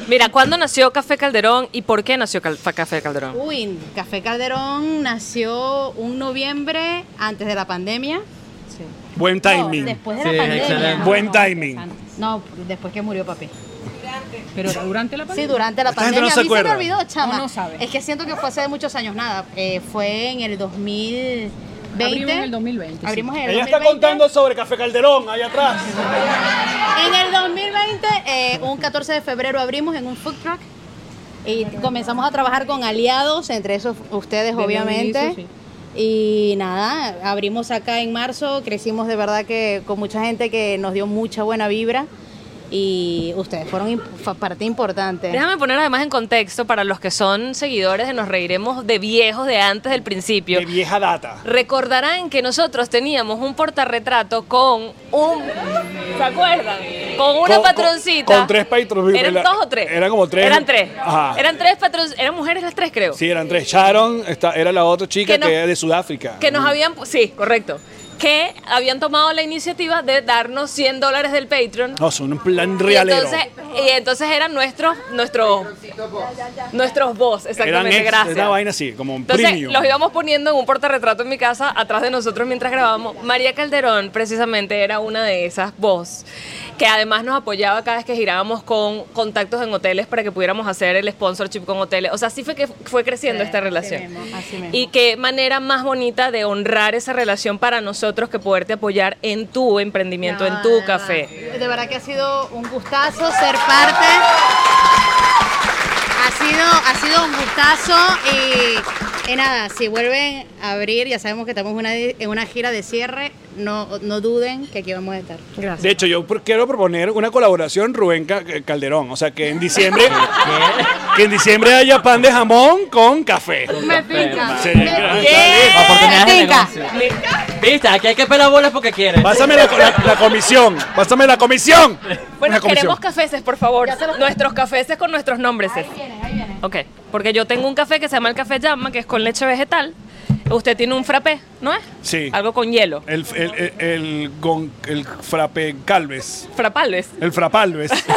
Mira, ¿cuándo nació Café Calderón y por qué nació Cal- Fa- Café Calderón? Uy, Café Calderón nació un noviembre antes de la pandemia. Buen No, timing. después de Sí, la pandemia. excelente. Buen timing. No, después que murió papi. Pero era durante la Sí, durante la Esta gente no pandemia. se a mí se me acuerda. olvidó, chama. No, no sabe. Es que siento que fue hace muchos años nada. Eh, fue en el 2020. Abrimos en el 2020, sí. Abrimos en el Ella está 2020. contando sobre Café Calderón, allá atrás. En el 2020, eh, un 14 de febrero abrimos en un food truck y comenzamos a trabajar con aliados, entre esos ustedes Desde obviamente. un inicio, Y nada, abrimos acá en marzo, crecimos de verdad que con mucha gente que nos dio mucha buena vibra y ustedes fueron imp- fa- parte importante. Déjame poner además en contexto para los que son seguidores de Nos Reiremos de viejos de antes del principio. De vieja data. Recordarán que nosotros teníamos un portarretrato con un. ¿Se acuerdan? Con Con- una con- patroncita. con tres patron- ¿Eran era- dos o tres? eran como tres. Eran tres. Ajá. Eran tres patron- Eran mujeres las tres, creo. Sí, eran tres. Sharon esta, era la otra chica Que que, no- era de Sudáfrica. Que nos habían. Sí, correcto. que habían tomado la iniciativa de darnos 100 dólares del Patreon. No, son un plan Y realero. entonces, y entonces eran nuestros, nuestros, nuestros boss, Eran exactamente, ex- gracias. Era vaina así, como un Entonces premium. los íbamos poniendo en un portarretrato en mi casa atrás de nosotros mientras grabábamos. María Calderón precisamente era una de esas voz que además nos apoyaba cada vez que girábamos con contactos en hoteles para que pudiéramos hacer el sponsorship con hoteles. O sea, así fue que fue creciendo esta relación. mismo, así mismo. Y qué manera más bonita de honrar esa relación para nosotros que poderte apoyar en tu emprendimiento, en tu café. De verdad que ha sido un gustazo ser parte. Ha sido, ha sido un gustazo y, y nada, si vuelven a abrir, ya sabemos que estamos en una, en una gira de cierre, no, no duden que aquí vamos a estar. Gracias. De hecho, yo pro- quiero proponer una colaboración Rubén Ca- eh, Calderón. O sea, que en diciembre que en diciembre haya pan de jamón con café. Me pica. Sería gran- Ah, Oportunidades de Venga. negocio. Viste, aquí hay que pelar bolas porque quieres. Pásame la, la- la comisión. Pásame la comisión. Bueno, Una comisión. queremos cafeses, por favor. Nuestros cafeses con nuestros nombres. Ahí vienen, ahí vienen. Ok, porque yo tengo un café que se llama el café llama, que es con leche vegetal. Usted tiene un frappé, ¿no es? Sí. Algo con hielo. El, el, el, el gon- el frappe calves. Frapalves. El frapalves. Este.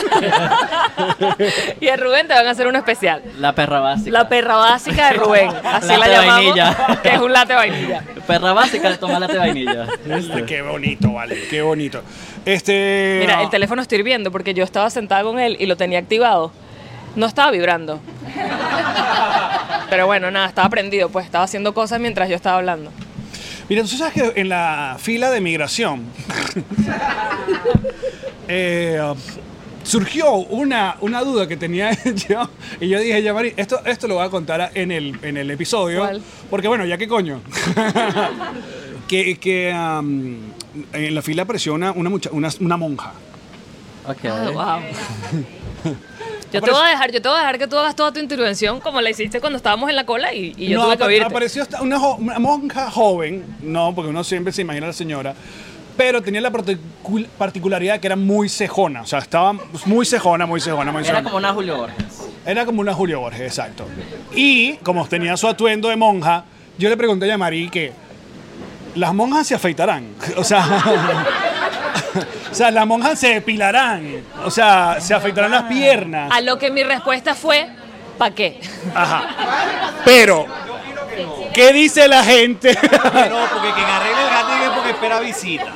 y a Rubén te van a hacer uno especial. La perra básica. La perra básica de Rubén. Así la Latte llamamos. vainilla. Que es un latte vainilla. Perra básica, toma latte de vainilla. Este, qué bonito, vale. Qué bonito. Este. Mira, el ah, teléfono estoy hirviendo porque yo estaba sentada con él y lo tenía activado. No estaba vibrando. Pero bueno, nada, estaba prendido, pues estaba haciendo cosas mientras yo estaba hablando. Mira, tú sabes que en la fila de migración eh, surgió una, una duda que tenía yo y yo dije, ya Mari, esto, esto lo voy a contar a- en el, en el episodio. ¿Cuál? Porque bueno, ya que coño. que que, am, en la fila apareció una, una, mucha- una, una monja. Ok. Ah, wow. Yo te voy a dejar, yo te voy a dejar que tú hagas toda tu intervención como la hiciste cuando estábamos en la cola y, y yo no, tuve que apa- oírte. apareció hasta una, jo- una monja joven, no, porque uno siempre se imagina a la señora, pero tenía la particul- particularidad que era muy cejona, o sea, estaba muy cejona, muy cejona, muy Era cejona. como una Julio Borges. Era como una Julio Borges, exacto. Y como tenía su atuendo de monja, yo le pregunté a Yamari que las monjas se afeitarán. O sea, o sea, las monjas se depilarán. O sea, se afeitarán las piernas. A lo que mi respuesta fue, ¿para qué? Ajá. Pero, ¿qué dice la gente? No, porque quien arregla el gato es porque espera visita.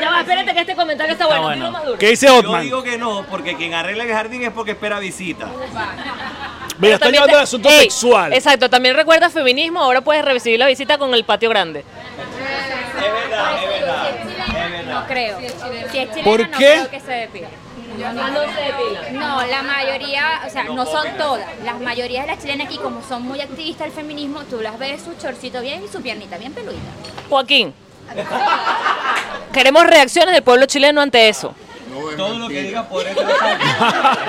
Ya va, espérate que este comentario está bueno. bueno. dilo más duro. ¿Qué dice Yo Otman? digo que no, porque quien arregla el jardín es porque espera visita. Mira, está También llevando te- el asunto Ey, sexual. Exacto, también recuerda feminismo, ahora puedes recibir la visita con el patio grande. Es verdad, es verdad. Es No verdad. creo. Si es chilena, ¿Por no qué? creo que se depila. No, la mayoría, o sea, no son todas. Las mayorías de las chilenas aquí, como son muy activistas del feminismo, tú las ves su chorcito bien y su piernita bien peludita. Joaquín. Queremos reacciones del pueblo chileno ante eso. No, es Todo lo que mentira. diga por eso es mentira.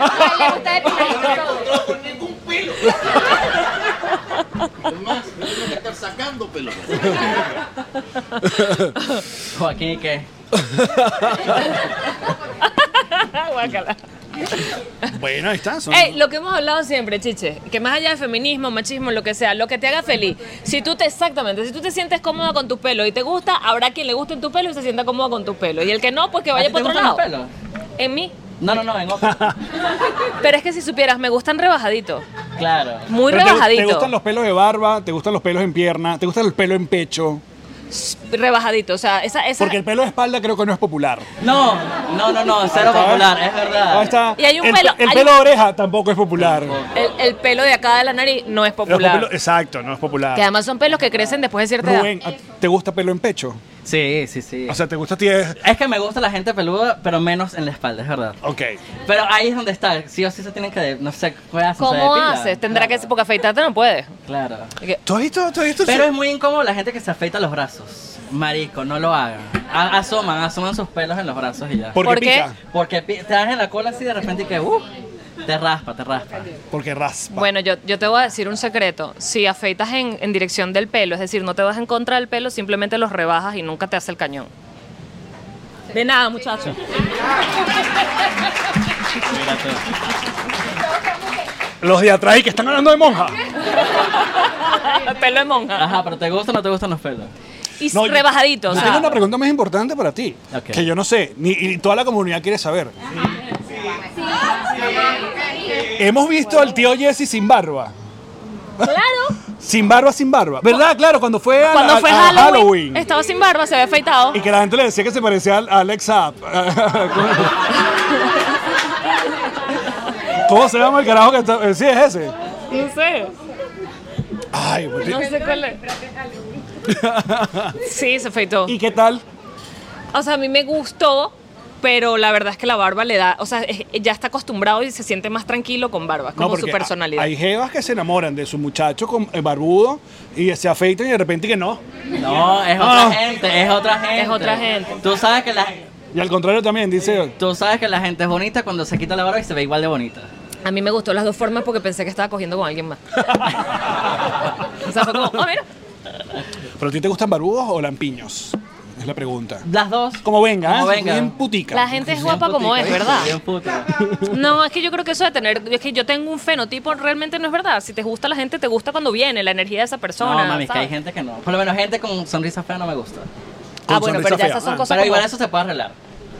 A él le gusta depilarse todo. Es más, no hay que estar sacando pelo. Joaquín, ¿y ¿qué? Guácala. Bueno, ahí está. son- Ey, lo que hemos hablado siempre, chiche, que más allá de feminismo, machismo, lo que sea, lo que te haga feliz. Si tú te, exactamente, si tú te sientes cómoda con tu pelo y te gusta, habrá quien le guste tu pelo y se sienta cómoda con tu pelo. Y el que no, pues que ¿A vaya ti te por otro gustan lado. los pelos? En mí. No, no, no, en otro. Pero es que si supieras, me gustan rebajaditos. Claro. Muy Pero te- rebajaditos. Te, gustan los pelos de barba, te gustan los pelos en pierna, te gustan los pelos en pecho. Rebajaditos. O sea, esa, esa. Porque el pelo de espalda creo que no es popular. No, no, no, no, cero popular, es verdad. Ahí está. Y hay un el, pelo- El hay pelo un- de oreja tampoco es popular. el, el pelo de acá de la nariz no es Los popular. pelos- exacto, no es Que popular. además son pelos que crecen después de cierta edad. eh, Rubén, ¿te gusta pelo en pecho? Sí, sí, sí. O sea, ¿te gusta a ti? Es... es que me gusta la gente peluda, pero menos en la espalda, es verdad. Ok. Pero ahí es donde está, sí o sí se tienen que, de- no sé, ¿qué hacen? ¿Se ¿Cómo depilan? haces? Tendrá que Claro, ser, porque afeitarte no puedes. Claro. ¿Tú has visto? ¿Tú has visto? Pero es muy incómodo la gente que se afeita los brazos. Marico, no lo hagan. A- asoman, asoman sus pelos en los brazos y ya. Porque ¿Por qué? pica. Porque pi- te das en la cola así de repente y que, uh, te raspa, te raspa. Porque raspa. Bueno, yo, yo te voy a decir un secreto. Si afeitas en, en dirección del pelo, es decir, no te vas en contra del pelo, simplemente los rebajas y nunca te hace el cañón. De nada, muchachos. Mira tú. Los de atrás y que están hablando de monja. pelo de monja. Ajá, pero ¿te gustan o no te gustan los pelos? Y No, yo- rebajadito. o Yo sea. tengo una pregunta más importante para ti, Ok. que yo no sé, ni y toda la comunidad quiere saber. Hemos visto al tío Jesse sin barba. Claro. Sin barba, sin barba. ¿Verdad? Claro, cuando fue a, Cuando a- fue a Halloween, estaba sin barba, se había afeitado. Y que la gente le decía que se parecía a Alex Saab. ¿Cómo- ¿Cómo se llama el carajo que está? eh, Sí, es ese. No sé. Ay, pues, güey. No sé cuál es. Sí, se afeitó. ¿Y qué tal? O sea, a mí me gustó, pero la verdad es que la barba le da, o sea, es- ya está acostumbrado y se siente más tranquilo con barba, como su porque personalidad. Hay jevas que se enamoran de su muchacho con eh, barbudo y se afeitan y de repente que no. No, es Ah. otra gente, es otra gente. otra gente. Tú sabes que la, Y al contrario también, dice. tú sabes que la gente es bonita cuando se quita la barba y se ve igual de bonita. A mí me gustó las dos formas porque pensé que estaba cogiendo con alguien más. o sea, fue como, ah, mira. ¿Pero a ti te gustan barbudos o lampiños? Es la pregunta. Las dos. Como venga, Como ¿eh? venga. Bien putica. La gente es Bien guapa como es, putica, ¿viste? ¿verdad? Bien putica. No, es que yo creo que eso de tener, es que yo tengo un fenotipo, realmente no es verdad. Si te gusta la gente, te gusta cuando viene, la energía de esa persona. No, mami, es que hay ¿sabes? gente que no. Por lo menos gente con sonrisa fea no me gusta. Ah, con bueno, sonrisa pero ya fea. esas son Ah, cosas Pero igual como- eso se puede arreglar.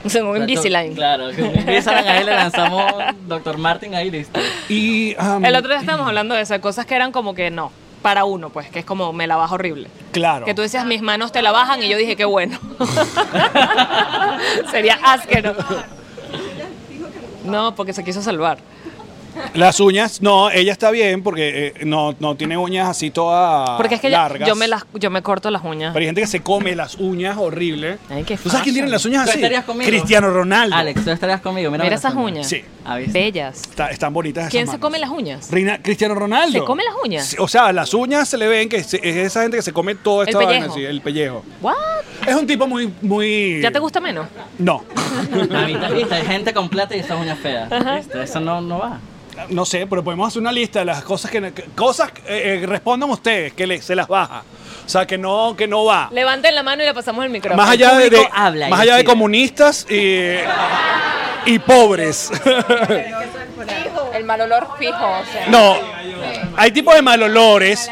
Son un Invisalign. Claro, con Invisalign ahí le lanzamos Dr. Martin ahí listo. Y. am, El otro día estábamos hablando de esas cosas que eran como que no, para uno, pues, que es como me la baja horrible. Claro. Que tú decías, mis manos te la bajan, y yo dije, qué bueno. Sería áspero. No, porque se quiso salvar. Las uñas, no, ella está bien porque eh, no, no tiene uñas así todas Ah, Porque es que ya- largas. yo me las, yo me corto las uñas. Pero hay gente que se come las uñas horrible. Ay, qué ¿Tú sabes quién tiene fashion. las uñas ¿Tú así? estarías conmigo? Cristiano Ronaldo. Alex, tú estarías conmigo. Mira, Mira esas uñas. Sí. Ah, ¿viste? Bellas. Está- están bonitas esas ¿Quién se manos. come las uñas? Reina- Cristiano Ronaldo. ¿Se come las uñas? Sí, O sea, las uñas se le ven que se- es esa gente que se come toda El esta vaina pellejo. así, el pellejo. ¿What? Es un tipo muy, muy. ¿Ya te gusta menos? No. Mamita, ¿viste? Hay gente con plata y esas uñas feas. ¿Viste? Eso no, no va. No sé, pero podemos hacer una lista de las cosas que que- cosas eh, eh, respondan ustedes que le- se las baja. O sea, que no que no va. Levanten la mano y le pasamos el micrófono. más allá de, público de- habla y más allá de decide. comunistas y, y pobres. El mal olor fijo, o sea. no, hay tipos de malolores.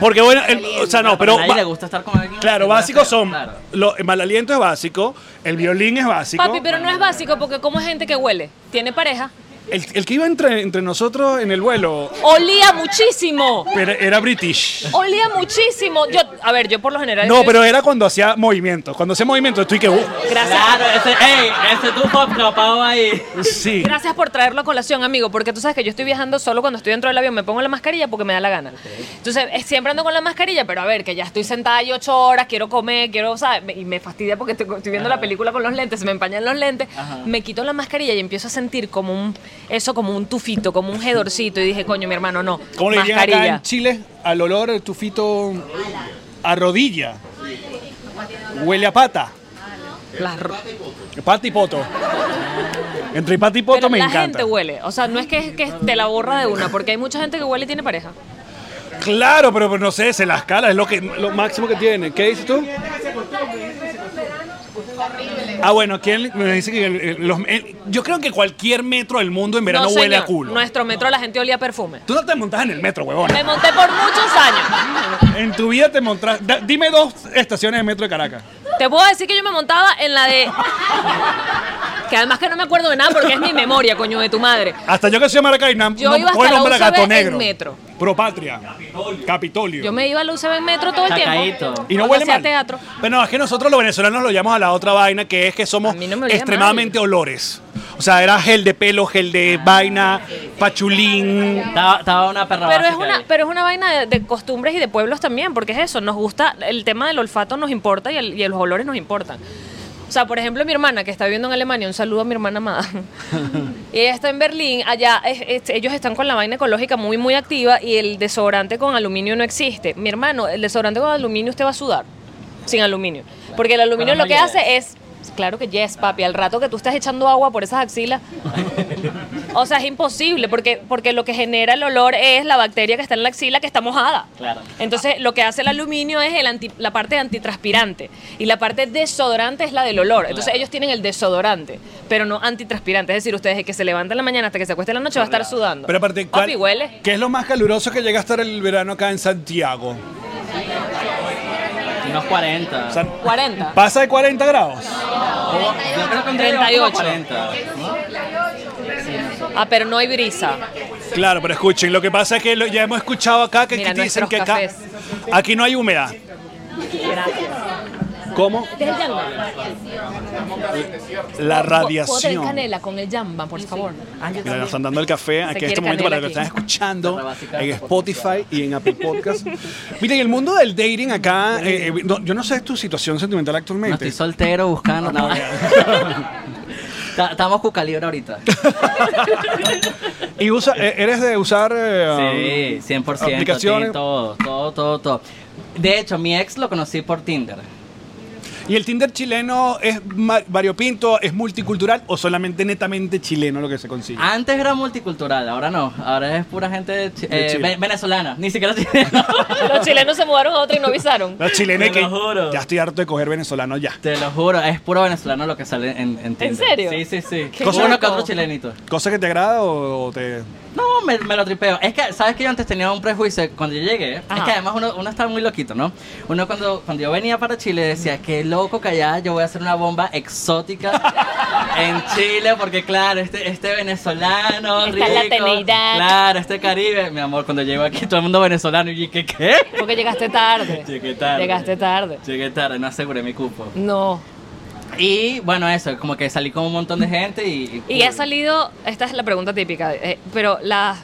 Porque bueno, el- o sea, no, pero a nadie ba- le gusta estar con alguien. claro, con uñas básicos feas, son claro. lo, el mal aliento es básico, el violín es básico. Papi, pero no es básico porque como es gente que huele, tiene pareja, El, el que iba entre, entre nosotros en el vuelo olía muchísimo. pero era british. Olía muchísimo. Yo, a ver, yo por lo general. No, estoy- pero era cuando hacía movimientos. Cuando hacía movimientos, estoy que. uh, Gracias. Claro, ese, ey, ese tufo atrapado ahí. sí. Gracias por traerlo a colación, amigo, porque tú sabes que yo estoy viajando solo cuando estoy dentro del avión, me pongo la mascarilla porque me da la gana. Entonces, eh, siempre ando con la mascarilla, pero a ver, que ya estoy sentada ahí ocho horas, quiero comer, quiero, ¿sabes? Me- Y me fastidia porque estoy, estoy viendo la película con los lentes, se me empañan los lentes, me quito la mascarilla y empiezo a sentir como un, eso, como un tufito, como un hedorcito, y dije, coño, mi hermano, no, ¿Cómo le dirían acá mascarilla. en Chile al olor el tufito a rodilla? Huele a pata. Las ro- Pata y poto. Entre pata y poto Pero me la encanta. gente huele, o sea, no es que, es que te la borra de una, porque hay mucha gente que huele y tiene pareja. Claro, pero, pero no sé, se las cala, es lo, que, lo máximo que tiene. ¿Qué dices tú? Ah, bueno, ¿quién le- me dice que el- el- los- el- yo creo que cualquier metro del mundo en verano no, huele señor, a culo. Nuestro metro la gente olía a perfume. Tú no te montas en el metro, huevón. Me monté por muchos años. En tu vida te montas. da- Dime dos estaciones de metro de Caracas. Te puedo decir que yo me montaba en la de. Que además que no me acuerdo de nada porque es mi memoria, coño de tu madre. Hasta yo que soy de Maracaibo, no Yo no iba hasta puedo la nombrar a UCB Gato en Negro. metro. Propatria. Capitolio. Yo me iba a la UCB en metro todo el tiempo. Chacaíto. y no Cuando huele hacía mal. teatro. Pero no, es que nosotros los venezolanos lo llamamos a la otra vaina, que es que somos A mí no me olía extremadamente mal. Ah, olores. O sea, era gel de pelo, gel de vaina, pachulín. Estaba, estaba una perra Pero es, básica ahí. una, pero es una vaina de, de costumbres y de pueblos también, porque es eso, nos gusta, el tema del olfato nos importa y, el- y los olores nos importan. O sea, por ejemplo, mi hermana que está viviendo en Alemania, un saludo a mi hermana amada. y ella está en Berlín, allá es- es- ellos están con la vaina ecológica muy, muy activa y el desodorante con aluminio no existe. Mi hermano, el desodorante con aluminio usted va a sudar, sin aluminio. Porque el aluminio Pero no lo que lleves. hace es, claro que yes, papi, al rato que tú estás echando agua por esas axilas, o sea, es imposible porque, porque lo que genera el olor es la bacteria que está en la axila que está mojada. Claro. Entonces, lo que hace el aluminio es el anti- la parte antitranspirante y la parte desodorante es la del olor. Entonces, ellos tienen el desodorante, pero no antitranspirante. Es decir, ustedes de que se levanta en la mañana hasta que se acueste en la noche va a estar sudando. Pero aparte, ¿cuál- Papi, huele. ¿qué es lo más caluroso que llega a estar el verano acá en Santiago? unos 40. O sea, 40. ¿Pasa de 40 grados? yo creo que un 38. 40. Ah, pero no hay brisa. Claro, pero escuchen, lo que pasa es que lo- ya hemos escuchado acá que Mira, aquí dicen nuestros que acá, cafés. aquí no hay humedad. ¿Cómo? Deja el yamba. La Puedo radiación. tener canela con el yamba, por favor. Mira, nos están dando el café aquí en quiere este momento para los que canela están aquí. escuchando Rabasicada en por Spotify y en Apple Podcast. Miren, el mundo del dating acá, eh, eh, no- yo no sé tu situación sentimental No actualmente. estoy soltero buscando. no. Ta- Estamos cuca libre ahorita. y usa, eh, eres de usar eh, Sí, 100%. aplicaciones. sí, todo, todo, todo, todo. De hecho, mi ex lo conocí por Tinder. ¿Y el Tinder chileno es ma- variopinto, es multicultural o solamente netamente chileno lo que se consigue? Antes era multicultural, ahora no. Ahora es pura gente de chi- De eh, Chile. ve- venezolana, ni siquiera chilena. Los chilenos se mudaron a otro y no avisaron. Los chilenos Te que lo juro. ya estoy harto de coger venezolano ya. Te lo juro, es puro venezolano lo que sale en, en Tinder. serio? Sí, sí, sí. Qué Cosa uno loco. que otro chilenito. ¿Cosa que te agrada o, o te...? No, me, me lo tripeo. Es que, ¿sabes que yo antes tenía un prejuicio cuando yo llegué? Es Ajá. que además uno, uno estaba muy loquito, ¿no? Uno cuando, cuando yo venía para Chile decía, qué loco que allá yo voy a hacer una bomba exótica en Chile, porque claro, este, este venezolano Esta rico. latinidad. Claro, este Caribe. Mi amor, cuando llego aquí todo el mundo venezolano y dije, ¿qué? Porque llegaste tarde. Llegué tarde. Llegaste tarde. Llegué tarde, no aseguré mi cupo. No. Y bueno, eso, como que salí con un montón de gente y... Y ha salido, esta es la pregunta típica, eh, pero la,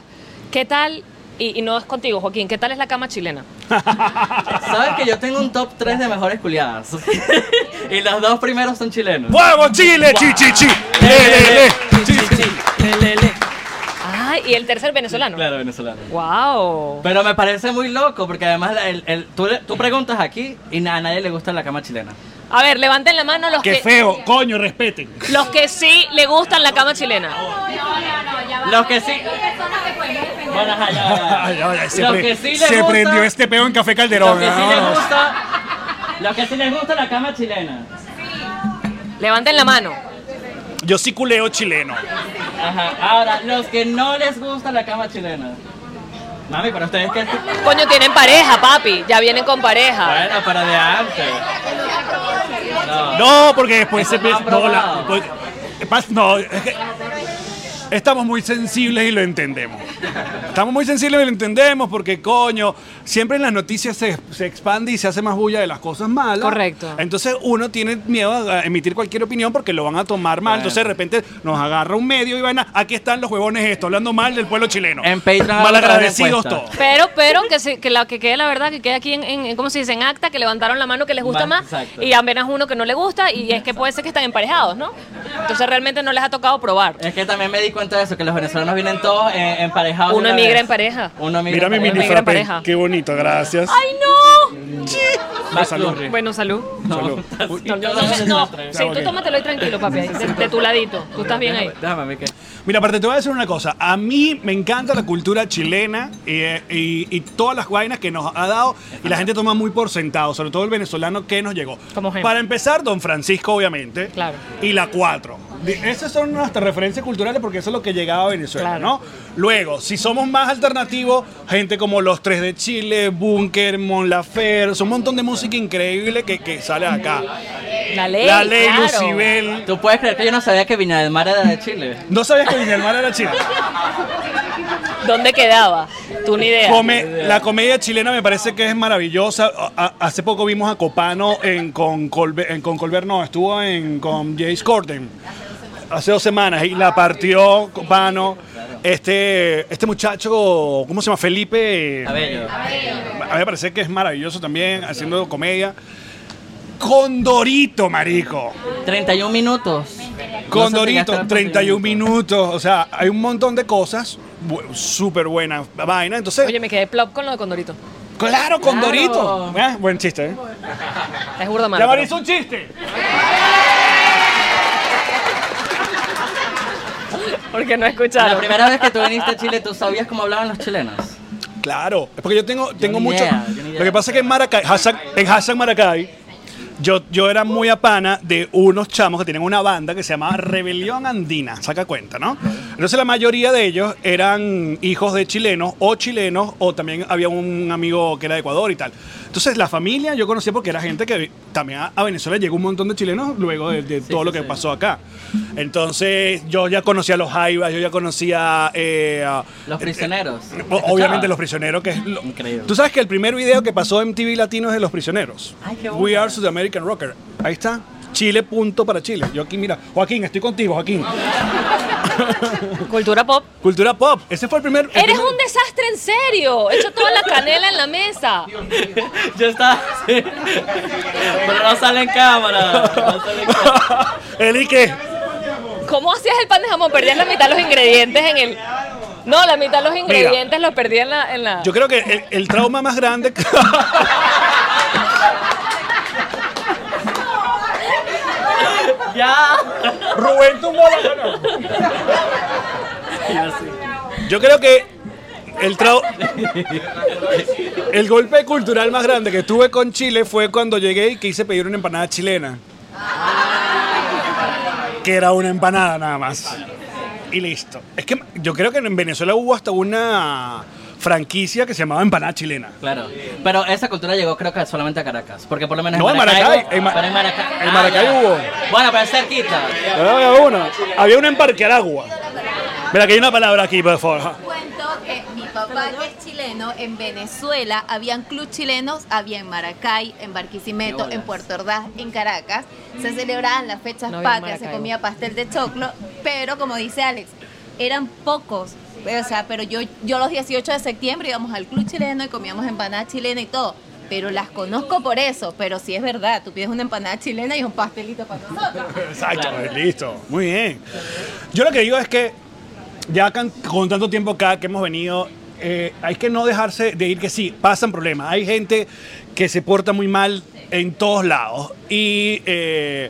¿qué tal? Y, y no es contigo, Joaquín, ¿qué tal es la cama chilena? Sabes que yo tengo un top 3 de mejores culiadas. y los dos primeros son chilenos. ¡Vamos, Chile! ¡Chi, chi, chi! ¡Le, le, le! ¡Chi, chi, chi! Ah, y el tercer venezolano. Claro, venezolano. Wow. Pero me parece muy loco porque además la- el- el- tú, le- tú preguntas aquí y na- a nadie le gusta la cama chilena. A ver, levanten la mano los ¡Qué que feo! ¡Coño, respeten! los que sí le gustan la cama chilena. Los que sí. Bueno, ajá, ya, ya. Ay, ay, ay, se Los pre- que sí les se gusta- prendió este peo en Café Los Calderón. ah. que sí ¿no? les gusta. Los que sí les gusta la cama chilena. Levanten la mano. Yo sí culeo chileno. Ajá. Ahora, los que no les gusta la cama chilena. Mami, pero ustedes que. Coño, tienen pareja, papi. Ya vienen con pareja. Bueno, pero de antes. No. No, porque después se Eso no piensa. han No, la- probado. porque- eh, pas- no, es que estamos muy sensibles y lo entendemos. Estamos muy sensibles y lo entendemos porque, coño, siempre en las noticias se, se expande y se hace más bulla de las cosas malas. Correcto. Entonces uno tiene miedo a emitir cualquier opinión porque lo van a tomar mal. Entonces de repente nos agarra un medio y van a. Aquí están los huevones estos, hablando mal del pueblo chileno. En Patreon hago Malagradecidos otra encuesta. todos. Pero, pero que, se- que la que quede la verdad, que quede aquí en, en- en- ¿cómo se dice? En acta, que levantaron la mano que les gusta Ma- más exacto. y apenas uno que no le gusta y es que puede ser que están emparejados, ¿no? Entonces realmente no les ha tocado probar. Es que también me di cuenta de eso, que los venezolanos vienen todos eh, emparejados. Uno de una emigra vez. en pareja. Uno Mira emigra mi en pareja. mini Migra en frappé. pareja. Qué bonito, gracias. ¡Ay, no! Max Salud. Lurri. Bueno, salud. Salud. No, no, no, no. Sí, tú tómatelo ahí tranquilo, papi. ahí, De, de tu ladito. Tú estás bien ahí. Déjame, Mica. Mira, aparte te voy a decir una cosa. A mí me encanta la cultura chilena eh, y, y todas las vainas que nos ha dado y la gente toma muy por sentado, sobre todo el venezolano que nos llegó. Como ejemplo. Para empezar, Don Francisco, obviamente. Claro. Y la 4. Esas son nuestras referencias culturales porque eso es lo que llegaba a Venezuela, Claro. ¿no? Luego, si somos más alternativos, gente como Los Tres de Chile, Bunker, Mon Laferte, son un montón de música increíble que, que sale acá. La ley. la Ley claro. Lucibel. ¿Tú puedes creer que yo no sabía que Viña del Mar era de Chile? ¿No sabías que Viña del Mar era chilena? ¿Dónde quedaba? Tú ni idea. Come- la comedia chilena me parece que es maravillosa. A- a- hace poco vimos a Copano en, con, Colbe- en- con Colbert, no, estuvo en, con Jace Corden hace dos semanas y la partió Copano. Este, este muchacho, ¿cómo se llama? Felipe. Cabello. A mí me parece que es maravilloso también haciendo comedia. Condorito, marico. 31 minutos. Condorito, No sé si 31 gastaron minutos. O sea, hay un montón de cosas bu- súper buenas vaina. Entonces, Oye, me quedé plop con lo de Condorito. claro, Condorito. Ah, Buen chiste, ¿eh? Es burda ¡Ya mala. me pero- hizo un chiste! Porque no La escucharon. primera vez que tú viniste a Chile, ¿tú sabías cómo hablaban los chilenos? Claro, es porque yo tengo, tengo ni mucho. idea, yo ni idea. lo que pasa es que en Maracay, hashtag- en hashtag Maracay, Yo, yo era muy apana de unos chamos que tienen una banda que se llamaba Rebelión Andina, saca cuenta, ¿no? Entonces la mayoría de ellos eran hijos de chilenos o chilenos o también había un amigo que era de Ecuador y tal. Entonces la familia yo conocía porque era gente que vi- también a, a Venezuela llegó un montón de chilenos luego de, de todo sí, lo que sí. pasó acá. Entonces yo ya conocía a los Jaivas, yo ya conocía... eh, a- Los prisioneros. Eh, o- Obviamente los prisioneros que es lo- Increíble. Tú sabes que el primer video que pasó en TV Latino es de los prisioneros. Ay, qué bueno. We are South American Rocker. Ahí está. Chile punto para Chile. Yo aquí mira, Joaquín, estoy contigo, Joaquín. Cultura pop. Cultura pop. Ese fue el primer. el Eres primer- un desastre en serio. He hecho toda la canela en la mesa. Yo estaba así. Pero no sale en cámara. No sale en cámara. el Ike. ¿Cómo hacías el pan de jamón? Perdías la mitad de los ingredientes en el. No, la mitad de los ingredientes los perdí en la. En la... Yo creo que el, el trauma más grande. Ya. Rubén tumbó la mano. Yo creo que el trau- El golpe cultural más grande que tuve con Chile fue cuando llegué y quise pedir una empanada chilena. Que era una empanada nada más. Y listo. Es que yo creo que en Venezuela hubo hasta una franquicia que se llamaba empanada chilena. Claro. Pero esa cultura llegó creo que solamente a Caracas. Porque por lo menos No, en Maracay, en Ma- pero en Maracay. Ah, en Maracay ya. hubo. Bueno, pero es cerquita. Había una, había una en Parque Aragua. Mira que hay una palabra aquí, por favor. Cuento que mi papá, que es chileno, en Venezuela habían club chilenos, había en Maracay, en Qué Barquisimeto, bolas. en Puerto Ordaz, en Caracas. Se celebraban las fechas Mm. No había en patrias, se Maracaibo. comía pastel de choclo, pero como dice Alex, eran pocos. O sea, pero yo, yo los 18 de septiembre íbamos al club chileno y comíamos empanada chilena y todo. Pero las conozco por eso, pero sí es verdad, tú pides una empanada chilena y un pastelito para nosotros. Exacto, listo. Muy bien. Yo lo que digo es que ya can- con tanto tiempo acá que hemos venido, eh, hay que no dejarse de ir que sí, pasan problemas. Hay gente que se porta muy mal en todos lados. Y... eh,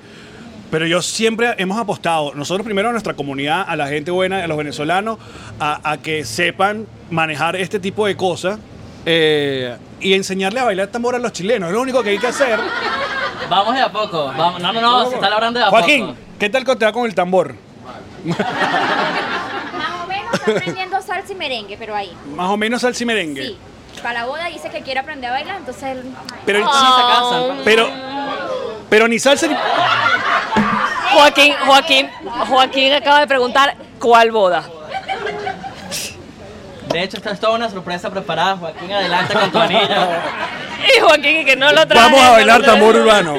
pero yo siempre hemos apostado, nosotros primero a nuestra comunidad, a la gente buena, a los venezolanos, a, a que sepan manejar este tipo de cosas eh, y enseñarle a bailar tambor a los chilenos. Es lo único que hay que hacer. Vamos de a poco. Vamos. No, no, no. Se está labrando de a Joaquín, poco. ¿qué tal te va con el tambor? Más o menos está aprendiendo salsa y merengue, pero ahí. Más o menos salsa y merengue. Sí. Para la boda dice que quiere aprender a bailar, entonces él- Pero, Sí, se pues. casan. pero, pero ni salsa ni. Joaquín, Joaquín, Joaquín acaba de preguntar cuál boda. De hecho, esta es toda una sorpresa preparada. Joaquín, adelante con tu anillo. Y Joaquín, y que no lo trae. Vamos a bailar tambor urbano.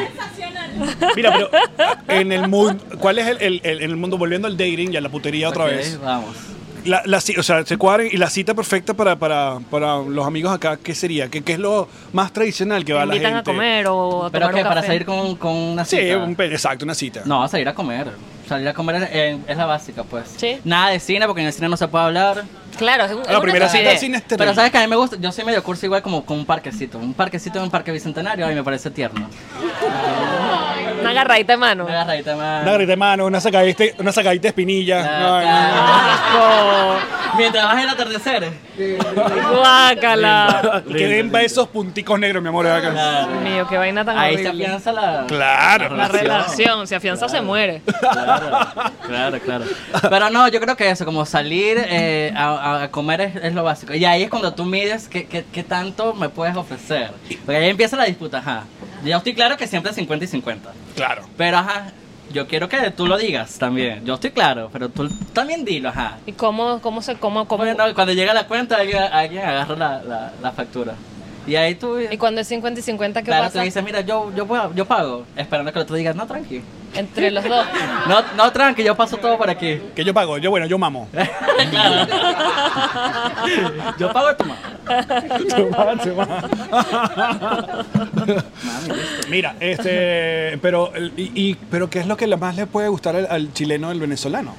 Mira, pero en el mundo, ¿cuál es el, el- el- en el mundo? Volviendo al dating y a la putería otra Ok, vez. Vamos. La, la ci- o sea, se cuadren y la cita perfecta para, para, para los amigos acá, ¿qué sería? ¿Qué, qué es lo más tradicional que va Te a la gente? invitan a comer o a Pero tomar que un para café. salir con, con una Sí, cita. un pe- exacto, una cita. No, salir a comer. Salir a comer eh, es la básica, pues. Sí. Nada de cine, porque en el cine no se puede hablar. Claro, es un, es la una primera cita estupidez. al cine este es terrible. Pero sabes que a mí me gusta, yo soy medio curso igual como con un parquecito. Un parquecito en un parque bicentenario, ay, me parece tierno. Una agarradita de mano. Una garradita más. Una grita de mano, una sacadita, una sacadita de espinilla. Ah, Ay, no. claro. Mientras vas en atardecer. Guácala. Que den pa' esos punticos negros, mi amor. de acá. Claro. Mío, qué vaina tan Ahí se horrible. afianza la. Claro. La relación, si afianza se muere. Claro, claro, claro. Pero no, yo creo que eso, como salir eh, a, a comer es, es lo básico. Y ahí es cuando tú mides qué, qué, qué tanto me puedes ofrecer. Porque ahí empieza la disputa, ajá. Yo estoy claro que siempre es 50 y 50. Claro. Pero ajá, yo quiero que tú lo digas también. Yo estoy claro, pero tú también dilo, ajá. ¿Y cómo, cómo se cómo, cómo? Bueno, no, cuando llega la cuenta, alguien, alguien agarra la, la- la factura. Y ahí tú... ¿Y cuando es 50 y 50 qué claro, tú pasa? dices, mira, yo, yo, puedo- yo pago. Esperando que el otro diga, no, tranqui. Entre los dos. No, no, tranqui, yo paso todo por aquí. Que yo pago, yo bueno, yo mamo. Yo pago tu mano. Mira, este, pero, el- y, y- pero ¿qué es lo que le- más le puede gustar al, al chileno del venezolano?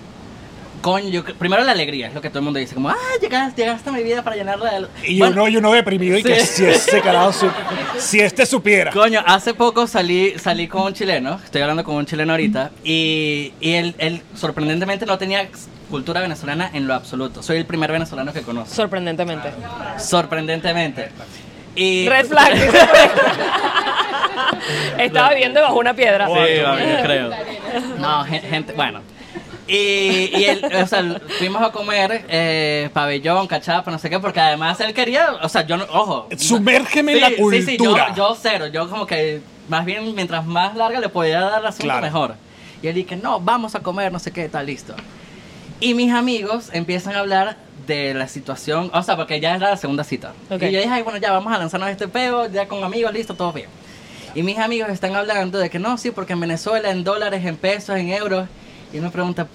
Coño, yo cre- primero la alegría, es lo que todo el mundo dice, como, ah, llegaste, llegaste a mi vida para llenarla de... Y Bueno, uno, y uno deprimido y que Sí. si ese carajo, su- si este supiera. Coño, hace poco salí, salí con un chileno, estoy hablando con un chileno ahorita, y, y él, él sorprendentemente no tenía cultura venezolana en lo absoluto. Soy el primer venezolano que conozco, Sorprendentemente. sorprendentemente. Y Red flag. Estaba viviendo bajo una piedra. Sí, mami, yo creo. No, gen- gente, bueno. Y, y él, o sea, fuimos a comer eh, pabellón, cachapa, no sé qué, porque además él quería, o sea, yo, no- ojo. Sumérgeme en la Sí, sí, yo, cultura. yo cero, yo como que más bien mientras más larga le podía dar la asunto Claro. mejor. Y él dije, no, vamos a comer, no sé qué, está listo. Y mis amigos empiezan a hablar de la situación, o sea, porque ya era la segunda cita. Ok. Y yo dije, ay, bueno, ya vamos a lanzarnos este peo, ya con amigos, listo, todo bien. Y mis amigos están hablando de que no, sí, porque en Venezuela, en dólares, en pesos, en euros. Y uno pregunta,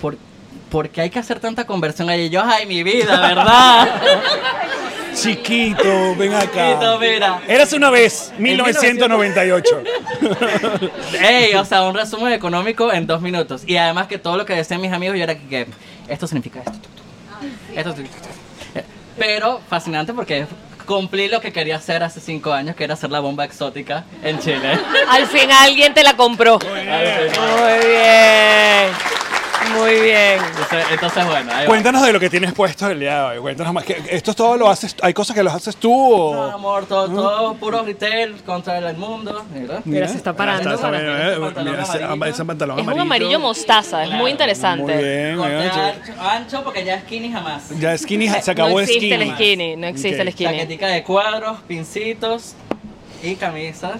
¿por, por qué hay que hacer tanta conversión ahí? Y yo, ay, mi vida, ¿verdad? Chiquito, ven acá. Chiquito, mira. Eras una vez, 1998. Ey, o sea, un resumen económico en dos minutos. Y además que todo lo que decían mis amigos, yo era que, que esto significa esto. tu, tu. Esto significa esto. Pero fascinante porque cumplí lo que quería hacer hace cinco años, que era hacer la bomba exótica en Chile. Al fin alguien te la compró. Muy bien. Muy bien. Entonces, entonces, bueno, ahí va. Cuéntanos de lo que tienes puesto el día de hoy. Cuéntanos más. ¿Qué- ¿Esto es todo lo haces? ¿Hay cosas que los haces tú o.? No, amor, todo, todo puro retail contra el mundo. Mira. Mira, se está parando. Está- está Ahora bien, eh, tiene ese pantalón mira, ese- amarillo. ese pantalón Es un amarillo mostaza, es muy interesante. Muy bien, Corte bien, che. ancho, ancho porque ya skinny jamás. Ya skinny se acabó no existe skinny. el skinny, no existe Ok. el skinny. Chaquetica de cuadros, pincitos y camisa.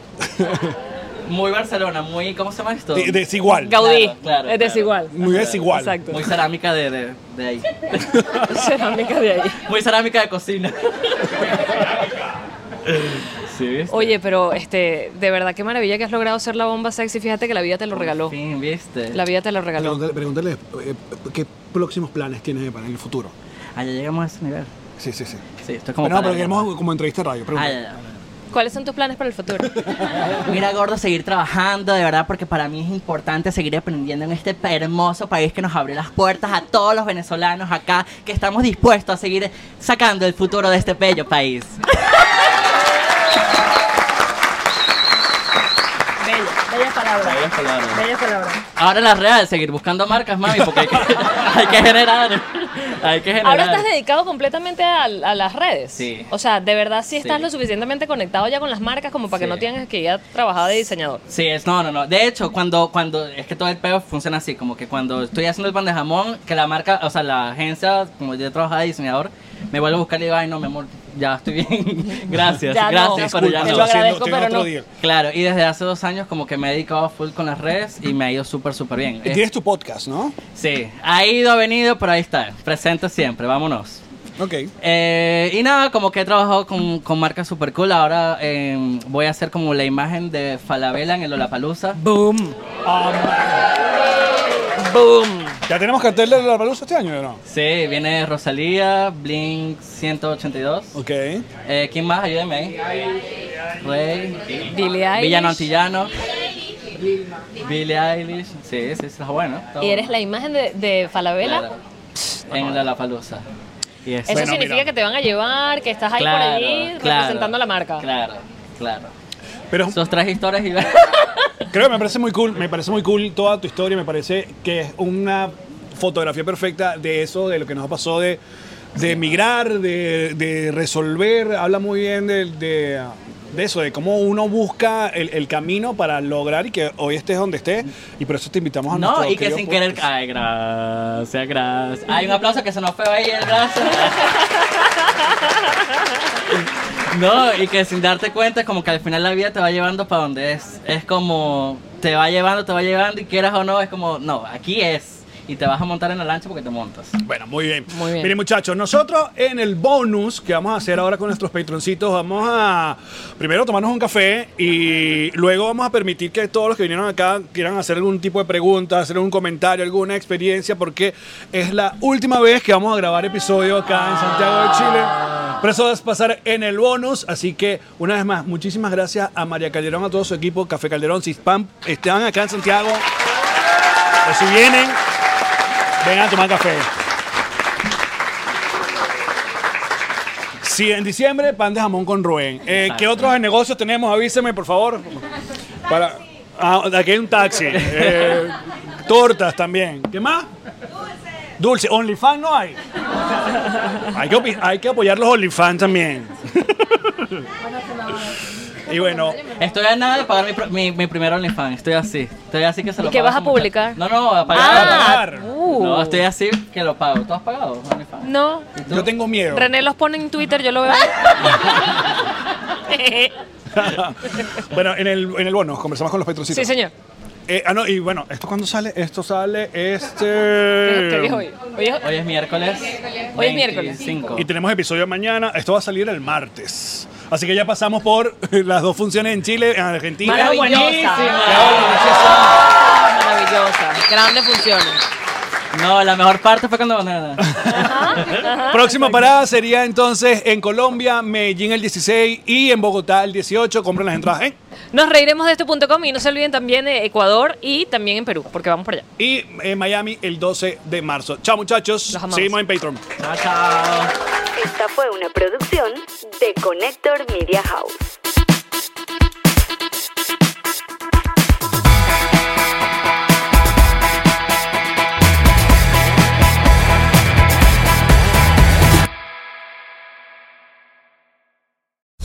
muy Barcelona, muy, ¿cómo se llama esto? De- desigual. Gaudí, Claro, claro, es claro. desigual. Muy desigual. Exacto. Muy cerámica de, de, de ahí. Cerámica de ahí. muy cerámica de cocina. sí, ¿viste? Oye, pero este, de verdad qué maravilla que has logrado ser la bomba sexy. Fíjate que la vida te lo regaló. Por fin, ¿viste? La vida te lo regaló. Pregúntale, pregúntale, eh, qué próximos planes tienes para el futuro. Allá Ah, llegamos a ese nivel. Sí, sí, sí. Sí, esto es como Pero no, para- pero queremos como entrevista de radio. Ah, pregúntale. ya, ya. ¿Cuáles son tus planes para el futuro? Mira, gordo, seguir trabajando, de verdad, porque para mí es importante seguir aprendiendo en este hermoso país que nos abrió las puertas a todos los venezolanos acá, que estamos dispuestos a seguir sacando el futuro de este bello país. Bellas palabras. Bellas palabras. Bellas palabras. Ahora la real, seguir buscando marcas, mami, porque hay que, hay que generar. Hay que generar. Ahora estás dedicado completamente a, a las redes. Sí. O sea, de verdad sí estás Sí. lo suficientemente conectado ya con las marcas como para que Sí. no tengas que ir a trabajar de diseñador. Sí, es, no, no, no. De hecho, cuando, cuando, es que todo el peo funciona así, como que cuando estoy haciendo el pan de jamón, que la marca, o sea, la agencia, como yo trabajaba de diseñador, me vuelve a buscar y digo, ay, no, mi amor, ya estoy bien, gracias, Ya no. gracias, pero ya Disculpa, estoy Te lo no. haciendo- agradezco, estoy en pero otro no. día. Claro, y desde hace dos años como que me he dedicado full con las redes y me ha ido súper, súper bien. Y Eh, Tienes tu podcast, ¿no? sí, ha ido, ha venido, pero ahí está, presente siempre, vámonos. Ok. Eh, y nada, como que he trabajado con, con marcas super cool. Ahora eh, voy a hacer como la imagen de Falabella en el Olapalooza. Boom. Boom. ¿Ya tenemos cartel de la palusa este año o no? Sí, viene Rosalía, Blink 182. Ok. Eh, ¿Quién más? Ayúdeme ahí. Rey. Billie Eilish. Villano Antillano. Billie Eilish. Sí, sí, está bueno. está Y eres bueno. la imagen de, de Falabella. Claro. En el Olapalooza. Y Eso Bueno, significa mira. que te van a llevar, que estás ahí por allí claro, representando la marca. Claro, claro. Pero Esos tres historias y... creo que me parece muy cool. Me parece muy cool toda tu historia. Me parece que es una fotografía perfecta de eso, de lo que nos pasó de, de emigrar, de, de resolver. Habla muy bien de, de- de eso, de cómo uno busca el, el camino para lograr y que hoy estés donde estés. Y por eso te invitamos a No, Oh, nuestro y que querido sin querer. podcast. Ay, gracias, gracias. Hay un aplauso que se nos fue ahí, el brazo. No, y que sin darte cuenta, como que al final la vida te va llevando para donde es. Es como, te va llevando, te va llevando, y quieras o no, es como, no, aquí es. Y te vas a montar en la lancha porque te montas. Bueno, muy bien. Muy bien. Miren, muchachos, nosotros en el bonus que vamos a hacer ahora con nuestros patroncitos, vamos a primero tomarnos un café y luego vamos a permitir que todos los que vinieron acá quieran hacer algún tipo de pregunta, hacer un comentario, alguna experiencia, porque es la última vez que vamos a grabar episodio acá en Santiago de Chile. Pero eso va a pasar en el bonus, así que una vez más, muchísimas gracias a María Calderón, a todo su equipo, Café Calderón, Cispam, están acá en Santiago. Por si vienen, vengan a tomar café. Sí, en diciembre, pan de jamón con Rubén. Eh, ¿Qué otros negocios tenemos? Avíseme, por favor. Para, ah, aquí hay un taxi. Eh, tortas también. ¿Qué más? Dulce. Dulce. OnlyFans no hay. hay, que, opi- hay que apoyar los OnlyFans también. Y bueno, Estoy a nada de pagar mi, pro- mi, mi primer OnlyFans. Estoy así. Estoy así que se ¿Y lo qué pago vas a mucho. publicar? No, no, a Ah. pagar. pagar. Uh. No, estoy así que lo pago. ¿Tú has pagado OnlyFans? No. ¿Y tú? yo tengo miedo. René los pone en Twitter, yo lo veo. bueno, en el, en el bono, conversamos con los petrocitos. sí, señor. Eh, ah, no, y bueno, ¿esto cuándo sale? Esto sale este... Eh. ¿Qué día es hoy? Hoy es- Hoy es miércoles. Hoy es miércoles. 25. Y tenemos episodio mañana. Esto va a salir el martes. Así que ya pasamos por las dos funciones en Chile, en Argentina. Maravillosa. Maravillosa. Grandes funciones. No, la mejor parte fue cuando no, no. Próxima parada sería entonces en Colombia, Medellín el 16 y en Bogotá el 18. Compren las entradas ¿eh? en- Nos reiremos de esto.com y no se olviden también de Ecuador y también en Perú, porque vamos para allá. y en Miami el 12 de marzo. Chao muchachos. Los amamos. Seguimos en Patreon. Chao, chao. Esta fue una producción de Connector Media House.